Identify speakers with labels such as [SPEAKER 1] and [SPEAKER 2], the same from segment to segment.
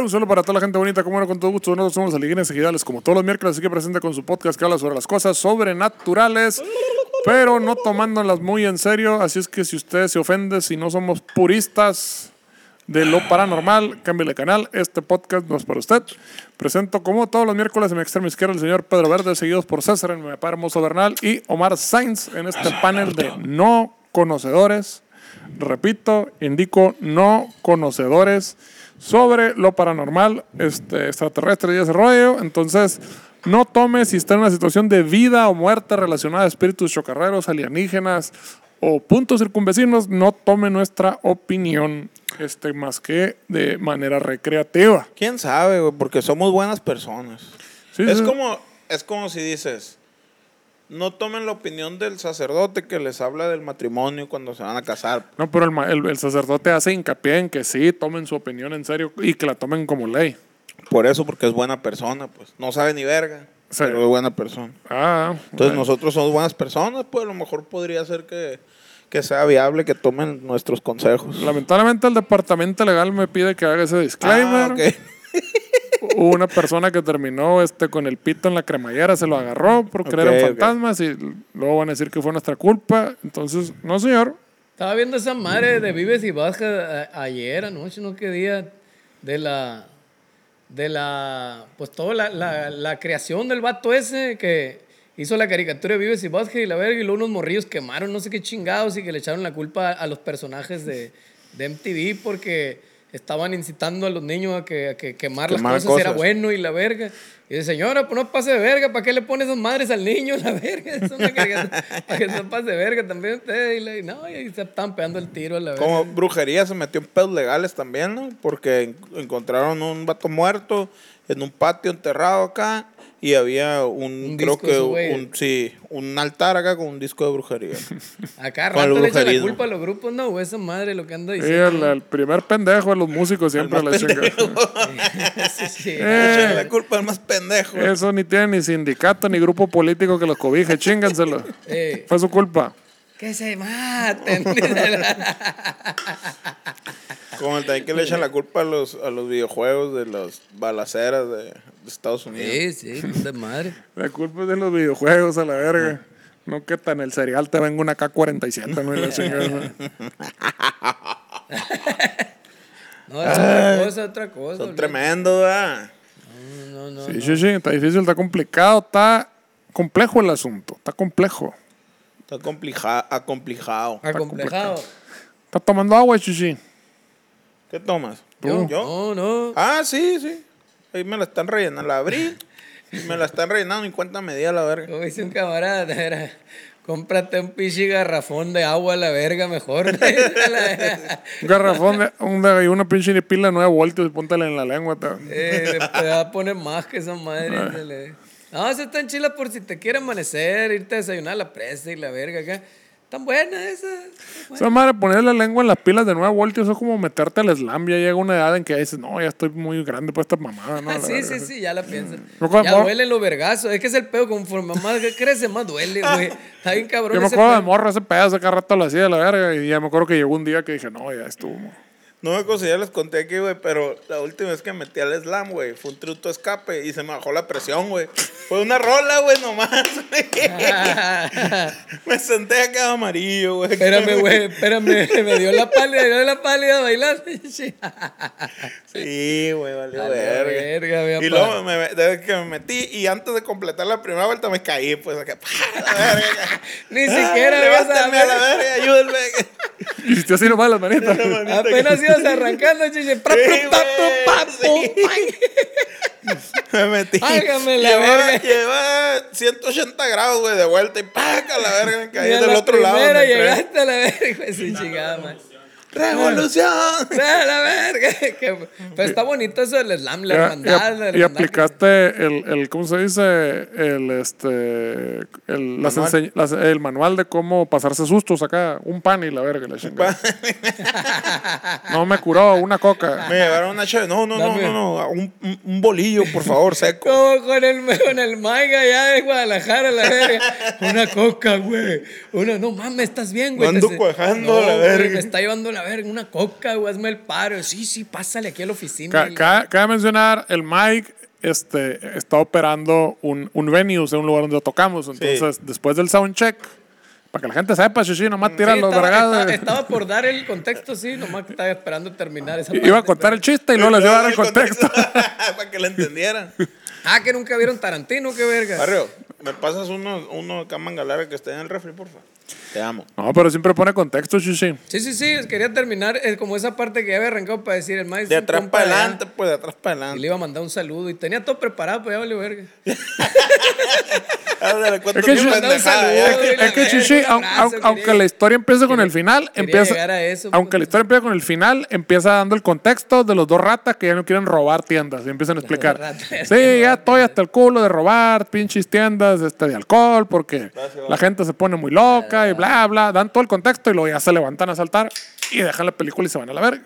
[SPEAKER 1] Un saludo para toda la gente bonita, como era con todo gusto. Nosotros somos Aliguines Seguidales, como todos los miércoles, aquí presente con su podcast que habla sobre las cosas sobrenaturales, pero no tomándolas muy en serio. Así es que si usted se ofende, si no somos puristas de lo paranormal, cámbiale de canal. Este podcast no es para usted. Presento, como todos los miércoles, en mi extremo izquierdo, el señor Pedro Verde, seguidos por César, en mi Hermoso Bernal y Omar Sainz en este panel de no conocedores. Repito, indico no conocedores sobre lo paranormal, este, extraterrestre y ese rollo. Entonces, no tome si está en una situación de vida o muerte relacionada a espíritus chocarreros, alienígenas o puntos circunvecinos, no tome nuestra opinión este, más que de manera recreativa.
[SPEAKER 2] ¿Quién sabe, güey? Porque somos buenas personas.
[SPEAKER 1] Sí,
[SPEAKER 2] es,
[SPEAKER 1] sí.
[SPEAKER 2] Como, es como si dices, no tomen la opinión del sacerdote que les habla del matrimonio cuando se van a casar.
[SPEAKER 1] No, pero el, ma- el- el sacerdote hace hincapié en que sí, tomen su opinión en serio y que la tomen como ley.
[SPEAKER 2] Por eso, porque es buena persona, pues. No sabe ni verga,
[SPEAKER 1] Sí.
[SPEAKER 2] pero es buena persona.
[SPEAKER 1] Ah,
[SPEAKER 2] Entonces
[SPEAKER 1] bueno.
[SPEAKER 2] nosotros somos buenas personas, pues a lo mejor podría ser que, que sea viable que tomen nuestros consejos.
[SPEAKER 1] Lamentablemente el departamento legal me pide que haga ese disclaimer.
[SPEAKER 2] Ah, ok.
[SPEAKER 1] Hubo una persona que terminó este, con el pito en la cremallera, se lo agarró porque
[SPEAKER 2] Ok,
[SPEAKER 1] eran
[SPEAKER 2] ok.
[SPEAKER 1] fantasmas y luego van a decir que fue nuestra culpa. Entonces, no señor,
[SPEAKER 3] Estaba viendo esa madre de Vives y Vasca a- ayer, anoche, no qué día, de la, de la, pues toda la, la, la creación del vato ese que hizo la caricatura de Vives y Vasca y la verga, y luego unos morrillos quemaron no sé qué chingados y que le echaron la culpa a, a los personajes de, de MTV porque estaban incitando a los niños a que, a que quemar, las
[SPEAKER 2] Quemar
[SPEAKER 3] cosas, era
[SPEAKER 2] cosas.
[SPEAKER 3] bueno y la verga. Y dice, señora, pues no pase de verga, ¿para qué le pone esas madres al niño? La verga, es una caricatura. Para que no pase de verga también usted. Y le, no, y ahí se están pegando el tiro a la verga.
[SPEAKER 2] Como brujería se metió en pedos legales también, ¿no? Porque en- encontraron un vato muerto en un patio enterrado acá y había un,
[SPEAKER 3] Un
[SPEAKER 2] creo
[SPEAKER 3] disco de
[SPEAKER 2] que
[SPEAKER 3] ese güey.
[SPEAKER 2] un, sí, un altar acá con un disco de brujería.
[SPEAKER 3] Acá
[SPEAKER 2] con el
[SPEAKER 3] rato le echa la
[SPEAKER 2] brujerismo.
[SPEAKER 3] culpa a los grupos, no, güey, esa madre lo que anda
[SPEAKER 1] y el,
[SPEAKER 3] diciendo.
[SPEAKER 1] el primer pendejo de los músicos siempre le echan
[SPEAKER 3] Sí, sí.
[SPEAKER 1] Eh.
[SPEAKER 2] la culpa al más pendejo.
[SPEAKER 1] Eso ni tiene ni sindicato ni grupo político que los cobije, chinganselo.
[SPEAKER 3] Eh,
[SPEAKER 1] Fue su culpa.
[SPEAKER 3] que se maten.
[SPEAKER 2] Como el también que le echan la culpa a los, a los videojuegos de las balaceras de, de Estados Unidos.
[SPEAKER 3] sí, sí, puta madre.
[SPEAKER 1] La culpa es de los videojuegos a la verga. No que tan el cereal te venga una K47, no Y la chingada, ¿no?
[SPEAKER 3] No, es otra cosa, otra cosa.
[SPEAKER 2] Son
[SPEAKER 3] olvídate.
[SPEAKER 2] tremendos, ¿verdad?
[SPEAKER 3] No, no,
[SPEAKER 1] Sí, sí, sí, está difícil, está complicado, está complejo el asunto, está complejo.
[SPEAKER 2] Está complicado, acomplijado.
[SPEAKER 3] acomplejado.
[SPEAKER 1] Está tomando agua, chichi.
[SPEAKER 2] ¿Qué tomas?
[SPEAKER 3] ¿Yo?
[SPEAKER 2] ¿Yo?
[SPEAKER 3] No, no.
[SPEAKER 2] Ah, sí, sí. Ahí me la están rellenando. La abrí y me la están rellenando. Y cuenta medida la verga.
[SPEAKER 3] Como dice un camarada, era, cómprate un pichi garrafón de agua a la verga mejor.
[SPEAKER 1] Un garrafón de, un de- y una pinche pila de 9 voltios y póntale en la lengua. ta.
[SPEAKER 3] Eh, te va a poner más que esa
[SPEAKER 1] Ah.
[SPEAKER 3] madre. se le- No, esas están chilas por si te quiere amanecer, irte a desayunar a la presa y la verga acá. Tan buenas esas.
[SPEAKER 1] Esa madre, poner la lengua en las pilas de 9 voltios es como meterte al slam. Ya llega una edad en que dices, no, ya estoy muy grande para esta mamada, ¿no?
[SPEAKER 3] Ah,
[SPEAKER 1] La Mm.
[SPEAKER 3] sí,
[SPEAKER 1] verga,
[SPEAKER 3] sí, sí, ya la piensas.
[SPEAKER 1] Me acuerdo-
[SPEAKER 3] Ya
[SPEAKER 1] mor-
[SPEAKER 3] duele los vergazos. Es que es el pedo, conforme más crece, más duele, güey. Está bien cabrón
[SPEAKER 1] Yo me
[SPEAKER 3] ese
[SPEAKER 1] acuerdo de
[SPEAKER 3] pedo.
[SPEAKER 1] morro ese pedazo, cada rato lo hacía la verga. Y ya me acuerdo que llegó un día que dije, no, ya estuvo. mo".
[SPEAKER 2] No me acuerdo si ya les conté aquí, güey, pero la última vez que metí al slam, güey, fue un truto escape y se me bajó la presión, güey. Fue una rola, güey, nomás.
[SPEAKER 3] Ah.
[SPEAKER 2] güey. me senté acá amarillo, güey.
[SPEAKER 3] Espérame, güey, espérame. Me dio la pálida, me dio la pálida bailar.
[SPEAKER 2] Sí, güey, valió
[SPEAKER 3] Valió
[SPEAKER 2] verga.
[SPEAKER 3] verga, vea,
[SPEAKER 2] y
[SPEAKER 3] pa.
[SPEAKER 2] luego me, me- desde que me metí y antes de completar la primera vuelta me caí, pues acá. la verga.
[SPEAKER 3] Ni siquiera
[SPEAKER 2] Ay,
[SPEAKER 3] vas a
[SPEAKER 2] levántame Ah, a
[SPEAKER 3] ver.
[SPEAKER 2] la verga, ayúdenme.
[SPEAKER 1] Y si te así nomás las manitas.
[SPEAKER 3] Apenas ibas arrancando, chiche. Pra,
[SPEAKER 2] Sí,
[SPEAKER 3] pra, pra,
[SPEAKER 2] güey,
[SPEAKER 3] pra,
[SPEAKER 2] sí.
[SPEAKER 3] pum, pam.
[SPEAKER 2] Me metí.
[SPEAKER 3] Hágame la
[SPEAKER 2] llevaba,
[SPEAKER 3] verga.
[SPEAKER 2] llevaba 180 grados, güey, de vuelta y paca la verga, me
[SPEAKER 3] Y
[SPEAKER 2] caí
[SPEAKER 3] a
[SPEAKER 2] del
[SPEAKER 3] la
[SPEAKER 2] otro lado.
[SPEAKER 3] primera
[SPEAKER 2] me entré.
[SPEAKER 3] llegaste a la verga, güey, sin chingada, man.
[SPEAKER 2] ¡Revolución!
[SPEAKER 3] A la verga. que- pero está bonito eso del slam, la
[SPEAKER 1] Y a-
[SPEAKER 3] hermandad.
[SPEAKER 1] y
[SPEAKER 3] la
[SPEAKER 1] a- y,
[SPEAKER 3] hermandad.
[SPEAKER 1] aplicaste el, el, ¿cómo se dice? El, este, el, las
[SPEAKER 2] Manual.
[SPEAKER 1] enseñ- las- el manual de cómo pasarse sustos acá. Un pan y la verga, y la chingada. No me curó, una coca.
[SPEAKER 2] Me llevaron una chave. No, no, no,
[SPEAKER 3] Dame.
[SPEAKER 2] no, no. a Un, un- un bolillo, por favor, seco.
[SPEAKER 3] Como con el, con el Maiga allá de Guadalajara, la verga. Una coca, güey. Una, no mames, estás bien, güey.
[SPEAKER 2] No ando
[SPEAKER 3] Te-
[SPEAKER 2] cuajando, la
[SPEAKER 3] güey,
[SPEAKER 2] verga.
[SPEAKER 3] Me está llevando la verga. Una coca, güey. Hazme el paro. Sí, sí, pásale aquí a la oficina.
[SPEAKER 1] Ca- ca- Cabe mencionar, el Mike este, está operando un, un venue, o sea, un lugar donde tocamos. Entonces, después del soundcheck, para que la gente sepa, chichi, nomás tiran
[SPEAKER 3] Sí,
[SPEAKER 1] los
[SPEAKER 3] estaba,
[SPEAKER 1] dragados.
[SPEAKER 3] estaba- estaba por dar el contexto, sí. Nomás que estaba esperando terminar esa
[SPEAKER 1] Iba a
[SPEAKER 3] parte,
[SPEAKER 1] contar el chiste y luego les iba a dar el contexto.
[SPEAKER 2] Para que lo entendieran.
[SPEAKER 3] pero- Ah, que nunca vieron Tarantino, qué verga.
[SPEAKER 2] Barrio, ¿me pasas uno, uno acá manga larga que esté en el refri, por favor? Te amo.
[SPEAKER 1] No, pero siempre pone contexto, chichi.
[SPEAKER 3] Sí, sí, sí, quería terminar eh, como esa parte que ya había arrancado para decir el maíz.
[SPEAKER 2] De atrás para adelante, pues, de atrás para
[SPEAKER 3] Y le
[SPEAKER 2] adelante.
[SPEAKER 3] iba a mandar un saludo y tenía todo preparado, pues ya valió verga.
[SPEAKER 2] Ándale, cuento
[SPEAKER 1] Es que
[SPEAKER 2] mi
[SPEAKER 1] yo-
[SPEAKER 2] pendejada,
[SPEAKER 3] Manda un
[SPEAKER 2] ya.
[SPEAKER 3] saludo.
[SPEAKER 1] Es que Chichi,
[SPEAKER 3] verga,
[SPEAKER 1] aun-
[SPEAKER 3] abrazo,
[SPEAKER 1] aun-
[SPEAKER 3] quería-
[SPEAKER 1] aunque la historia empiece con el final,
[SPEAKER 3] llegar
[SPEAKER 1] empieza.
[SPEAKER 3] a eso, pues.
[SPEAKER 1] Aunque
[SPEAKER 3] puto.
[SPEAKER 1] la historia empiece con el final, empieza dando el contexto de los dos ratas que ya no quieren robar tiendas y empiezan a explicar.
[SPEAKER 3] ratas.
[SPEAKER 1] Sí, ya estoy hasta el culo de robar pinches tiendas este, de alcohol porque la gente se pone muy loca y bla, bla. Dan todo el contexto y luego ya se levantan a saltar y dejan la película y se van a la verga.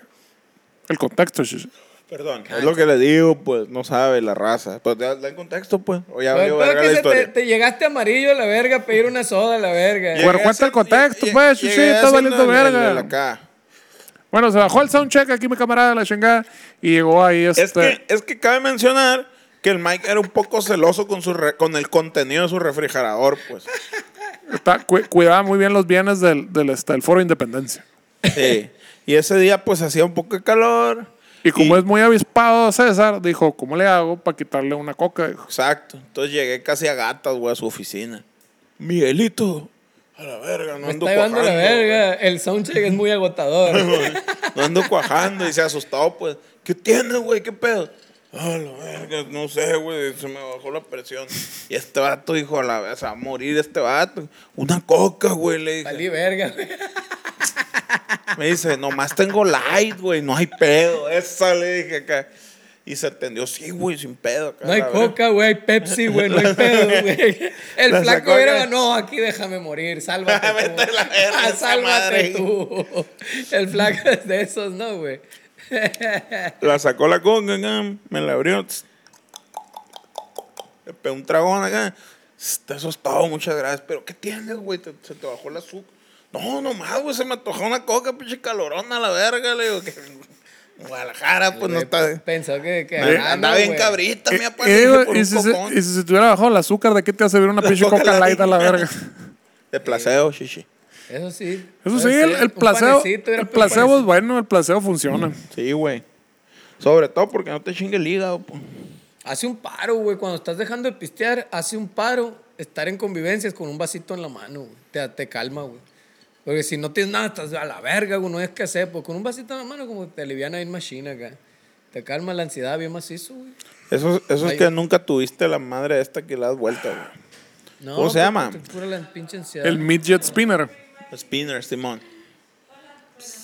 [SPEAKER 1] El contexto, Chichi.
[SPEAKER 2] Perdón, es lo que le digo, pues, no sabe la raza. Pues, da, da el contexto, pues. O ya valió
[SPEAKER 3] Pero el
[SPEAKER 2] verga
[SPEAKER 3] pedo
[SPEAKER 2] la
[SPEAKER 3] es que se te,
[SPEAKER 2] historia.
[SPEAKER 3] te llegaste amarillo a la verga a pedir una soda a la verga.
[SPEAKER 1] Bueno, cuenta el contexto, pues, sí, sí, está valiendo verga. Bueno, se bajó el soundcheck aquí mi camarada la chingada y llegó ahí este...
[SPEAKER 2] Es que, es que cabe mencionar que el Mike era un poco celoso con, su re- con el contenido de su refrigerador, pues.
[SPEAKER 1] Está- cu- cuidaba muy bien los bienes del, del, este, del Foro Independencia.
[SPEAKER 2] Sí. Y ese día, pues, hacía un poco de calor.
[SPEAKER 1] Y como es muy avispado César, dijo, ¿cómo le hago para quitarle una coca? Dijo,
[SPEAKER 2] Exacto. Entonces llegué casi a gatas, güey, a su oficina. Miguelito, a la verga, no
[SPEAKER 3] Me
[SPEAKER 2] ando
[SPEAKER 3] está llevando la
[SPEAKER 2] cuajando, güey.
[SPEAKER 3] verga. El soundcheck es muy agotador.
[SPEAKER 2] No ando cuajando y se asustó, pues. ¿Qué tienes, güey? ¿Qué pedo? A la verga, no sé, güey, se me bajó la presión. Y este vato dijo, a la verga, se va a morir este vato. Una coca, güey, le dije.
[SPEAKER 3] Valí verga, güey.
[SPEAKER 2] Me dice, nomás tengo light, güey, no hay pedo. Esa le dije acá. Y se atendió, sí, güey, sin pedo. acá,
[SPEAKER 3] No hay
[SPEAKER 2] la verga.
[SPEAKER 3] coca, güey, hay Pepsi, güey, no hay pedo, güey. El
[SPEAKER 2] La
[SPEAKER 3] flaco
[SPEAKER 2] sacó
[SPEAKER 3] era,
[SPEAKER 2] acá.
[SPEAKER 3] no, aquí déjame morir, sálvate
[SPEAKER 2] Vete
[SPEAKER 3] tú.
[SPEAKER 2] a la verga,
[SPEAKER 3] Ah,
[SPEAKER 2] esa madre.
[SPEAKER 3] sálvate tú. El flaco es de esos, ¿no, güey?
[SPEAKER 2] La sacó la conga, acá, me la abrió. tss. Le pegó un tragón acá. Tss, Te asustado, muchas gracias. Pero, ¿qué tienes, güey? Te- se te bajó el azúcar. No, nomás, güey, se me antojó una coca, pinche calorona a la verga. Le digo que Guadalajara, pues no
[SPEAKER 3] Güey,
[SPEAKER 2] está.
[SPEAKER 3] Eh, Pensó que. que
[SPEAKER 2] Anda,
[SPEAKER 3] ah, no,
[SPEAKER 2] bien
[SPEAKER 3] güey.
[SPEAKER 2] cabrita, mi papá.
[SPEAKER 1] "Eh,
[SPEAKER 2] le dije,
[SPEAKER 1] güey,
[SPEAKER 2] por
[SPEAKER 1] y,
[SPEAKER 2] un
[SPEAKER 1] si se,
[SPEAKER 2] cocón.
[SPEAKER 1] y si se tuviera bajado el azúcar, ¿de qué te hace ver una pinche
[SPEAKER 2] coca
[SPEAKER 1] coca light a la
[SPEAKER 2] light.
[SPEAKER 1] verga?
[SPEAKER 2] De placeo, chichi.
[SPEAKER 3] Eso sí.
[SPEAKER 1] Eso sí, el, el
[SPEAKER 3] Un
[SPEAKER 1] placebo,
[SPEAKER 3] panecito, Mm. era
[SPEAKER 1] el
[SPEAKER 3] un
[SPEAKER 1] placebo es bueno, el placebo funciona.
[SPEAKER 2] Sí, güey. Sobre todo porque no te chingue el hígado, pues.
[SPEAKER 3] Hace un paro, güey. Cuando estás dejando de pistear, hace un paro estar en convivencias con un vasito en la mano. güey. Te, te calma, güey. Porque si no tienes nada, estás a la verga, güey. No es que hacer. Pues con un vasito en la mano, como que te aliviana bien machina acá. Te calma la ansiedad bien macizo, güey.
[SPEAKER 2] Eso, eso es
[SPEAKER 3] Ay.
[SPEAKER 2] que nunca tuviste la madre esta que le das vuelta, güey.
[SPEAKER 3] No,
[SPEAKER 2] ¿Cómo se
[SPEAKER 3] pues,
[SPEAKER 2] llama?
[SPEAKER 3] Te cura la pinche ansiedad.
[SPEAKER 1] El midget spinner.
[SPEAKER 2] Spinner, Simón.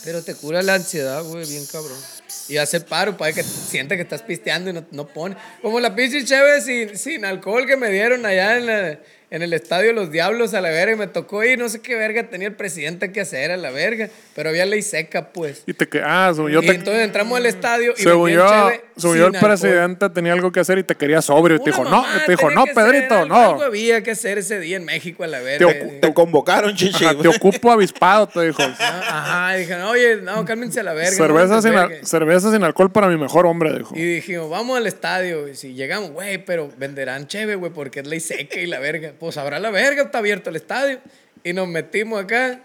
[SPEAKER 3] Pero te cura la ansiedad, güey, bien cabrón. Y hace paro para que sienta que estás pisteando y no, no pone. Como la pinche chévere sin, sin alcohol que me dieron allá en, la- en el estadio Los Diablos a la verga. Y me tocó ir, no sé qué verga tenía el presidente que hacer a la verga. Pero había ley seca, pues.
[SPEAKER 1] Y te que ah, según yo,
[SPEAKER 3] y
[SPEAKER 1] te-
[SPEAKER 3] entonces entramos al estadio y
[SPEAKER 1] según
[SPEAKER 3] vendían
[SPEAKER 1] yo-
[SPEAKER 3] cheve
[SPEAKER 1] según yo el
[SPEAKER 3] sin alcohol.
[SPEAKER 1] presidente tenía algo que hacer y te quería sobrio. Y te
[SPEAKER 3] Una
[SPEAKER 1] dijo, no,
[SPEAKER 3] mamá
[SPEAKER 1] te dijo,
[SPEAKER 3] tenía
[SPEAKER 1] no,
[SPEAKER 3] que hacer,
[SPEAKER 1] Pedrito,
[SPEAKER 3] algo-
[SPEAKER 1] no.
[SPEAKER 3] Algo había que hacer ese día en México a la verga.
[SPEAKER 1] ocu-
[SPEAKER 2] Te convocaron, chichi.
[SPEAKER 1] Ajá, te ocupo avispado, te dijo.
[SPEAKER 3] Ah, Ajá, ajá, dije, no, oye, no, cálmense a la verga. no
[SPEAKER 1] cerveza,
[SPEAKER 3] vamos a
[SPEAKER 1] sin
[SPEAKER 3] hacer
[SPEAKER 1] al-
[SPEAKER 3] que-
[SPEAKER 1] cerveza sin alcohol para mi mejor hombre, dijo.
[SPEAKER 3] Y dijimos, vamos al estadio. Y si llegamos, güey, pero venderán cheve, güey, porque es ley seca y la verga. Pues habrá la verga, está abierto el estadio. Y nos metimos acá.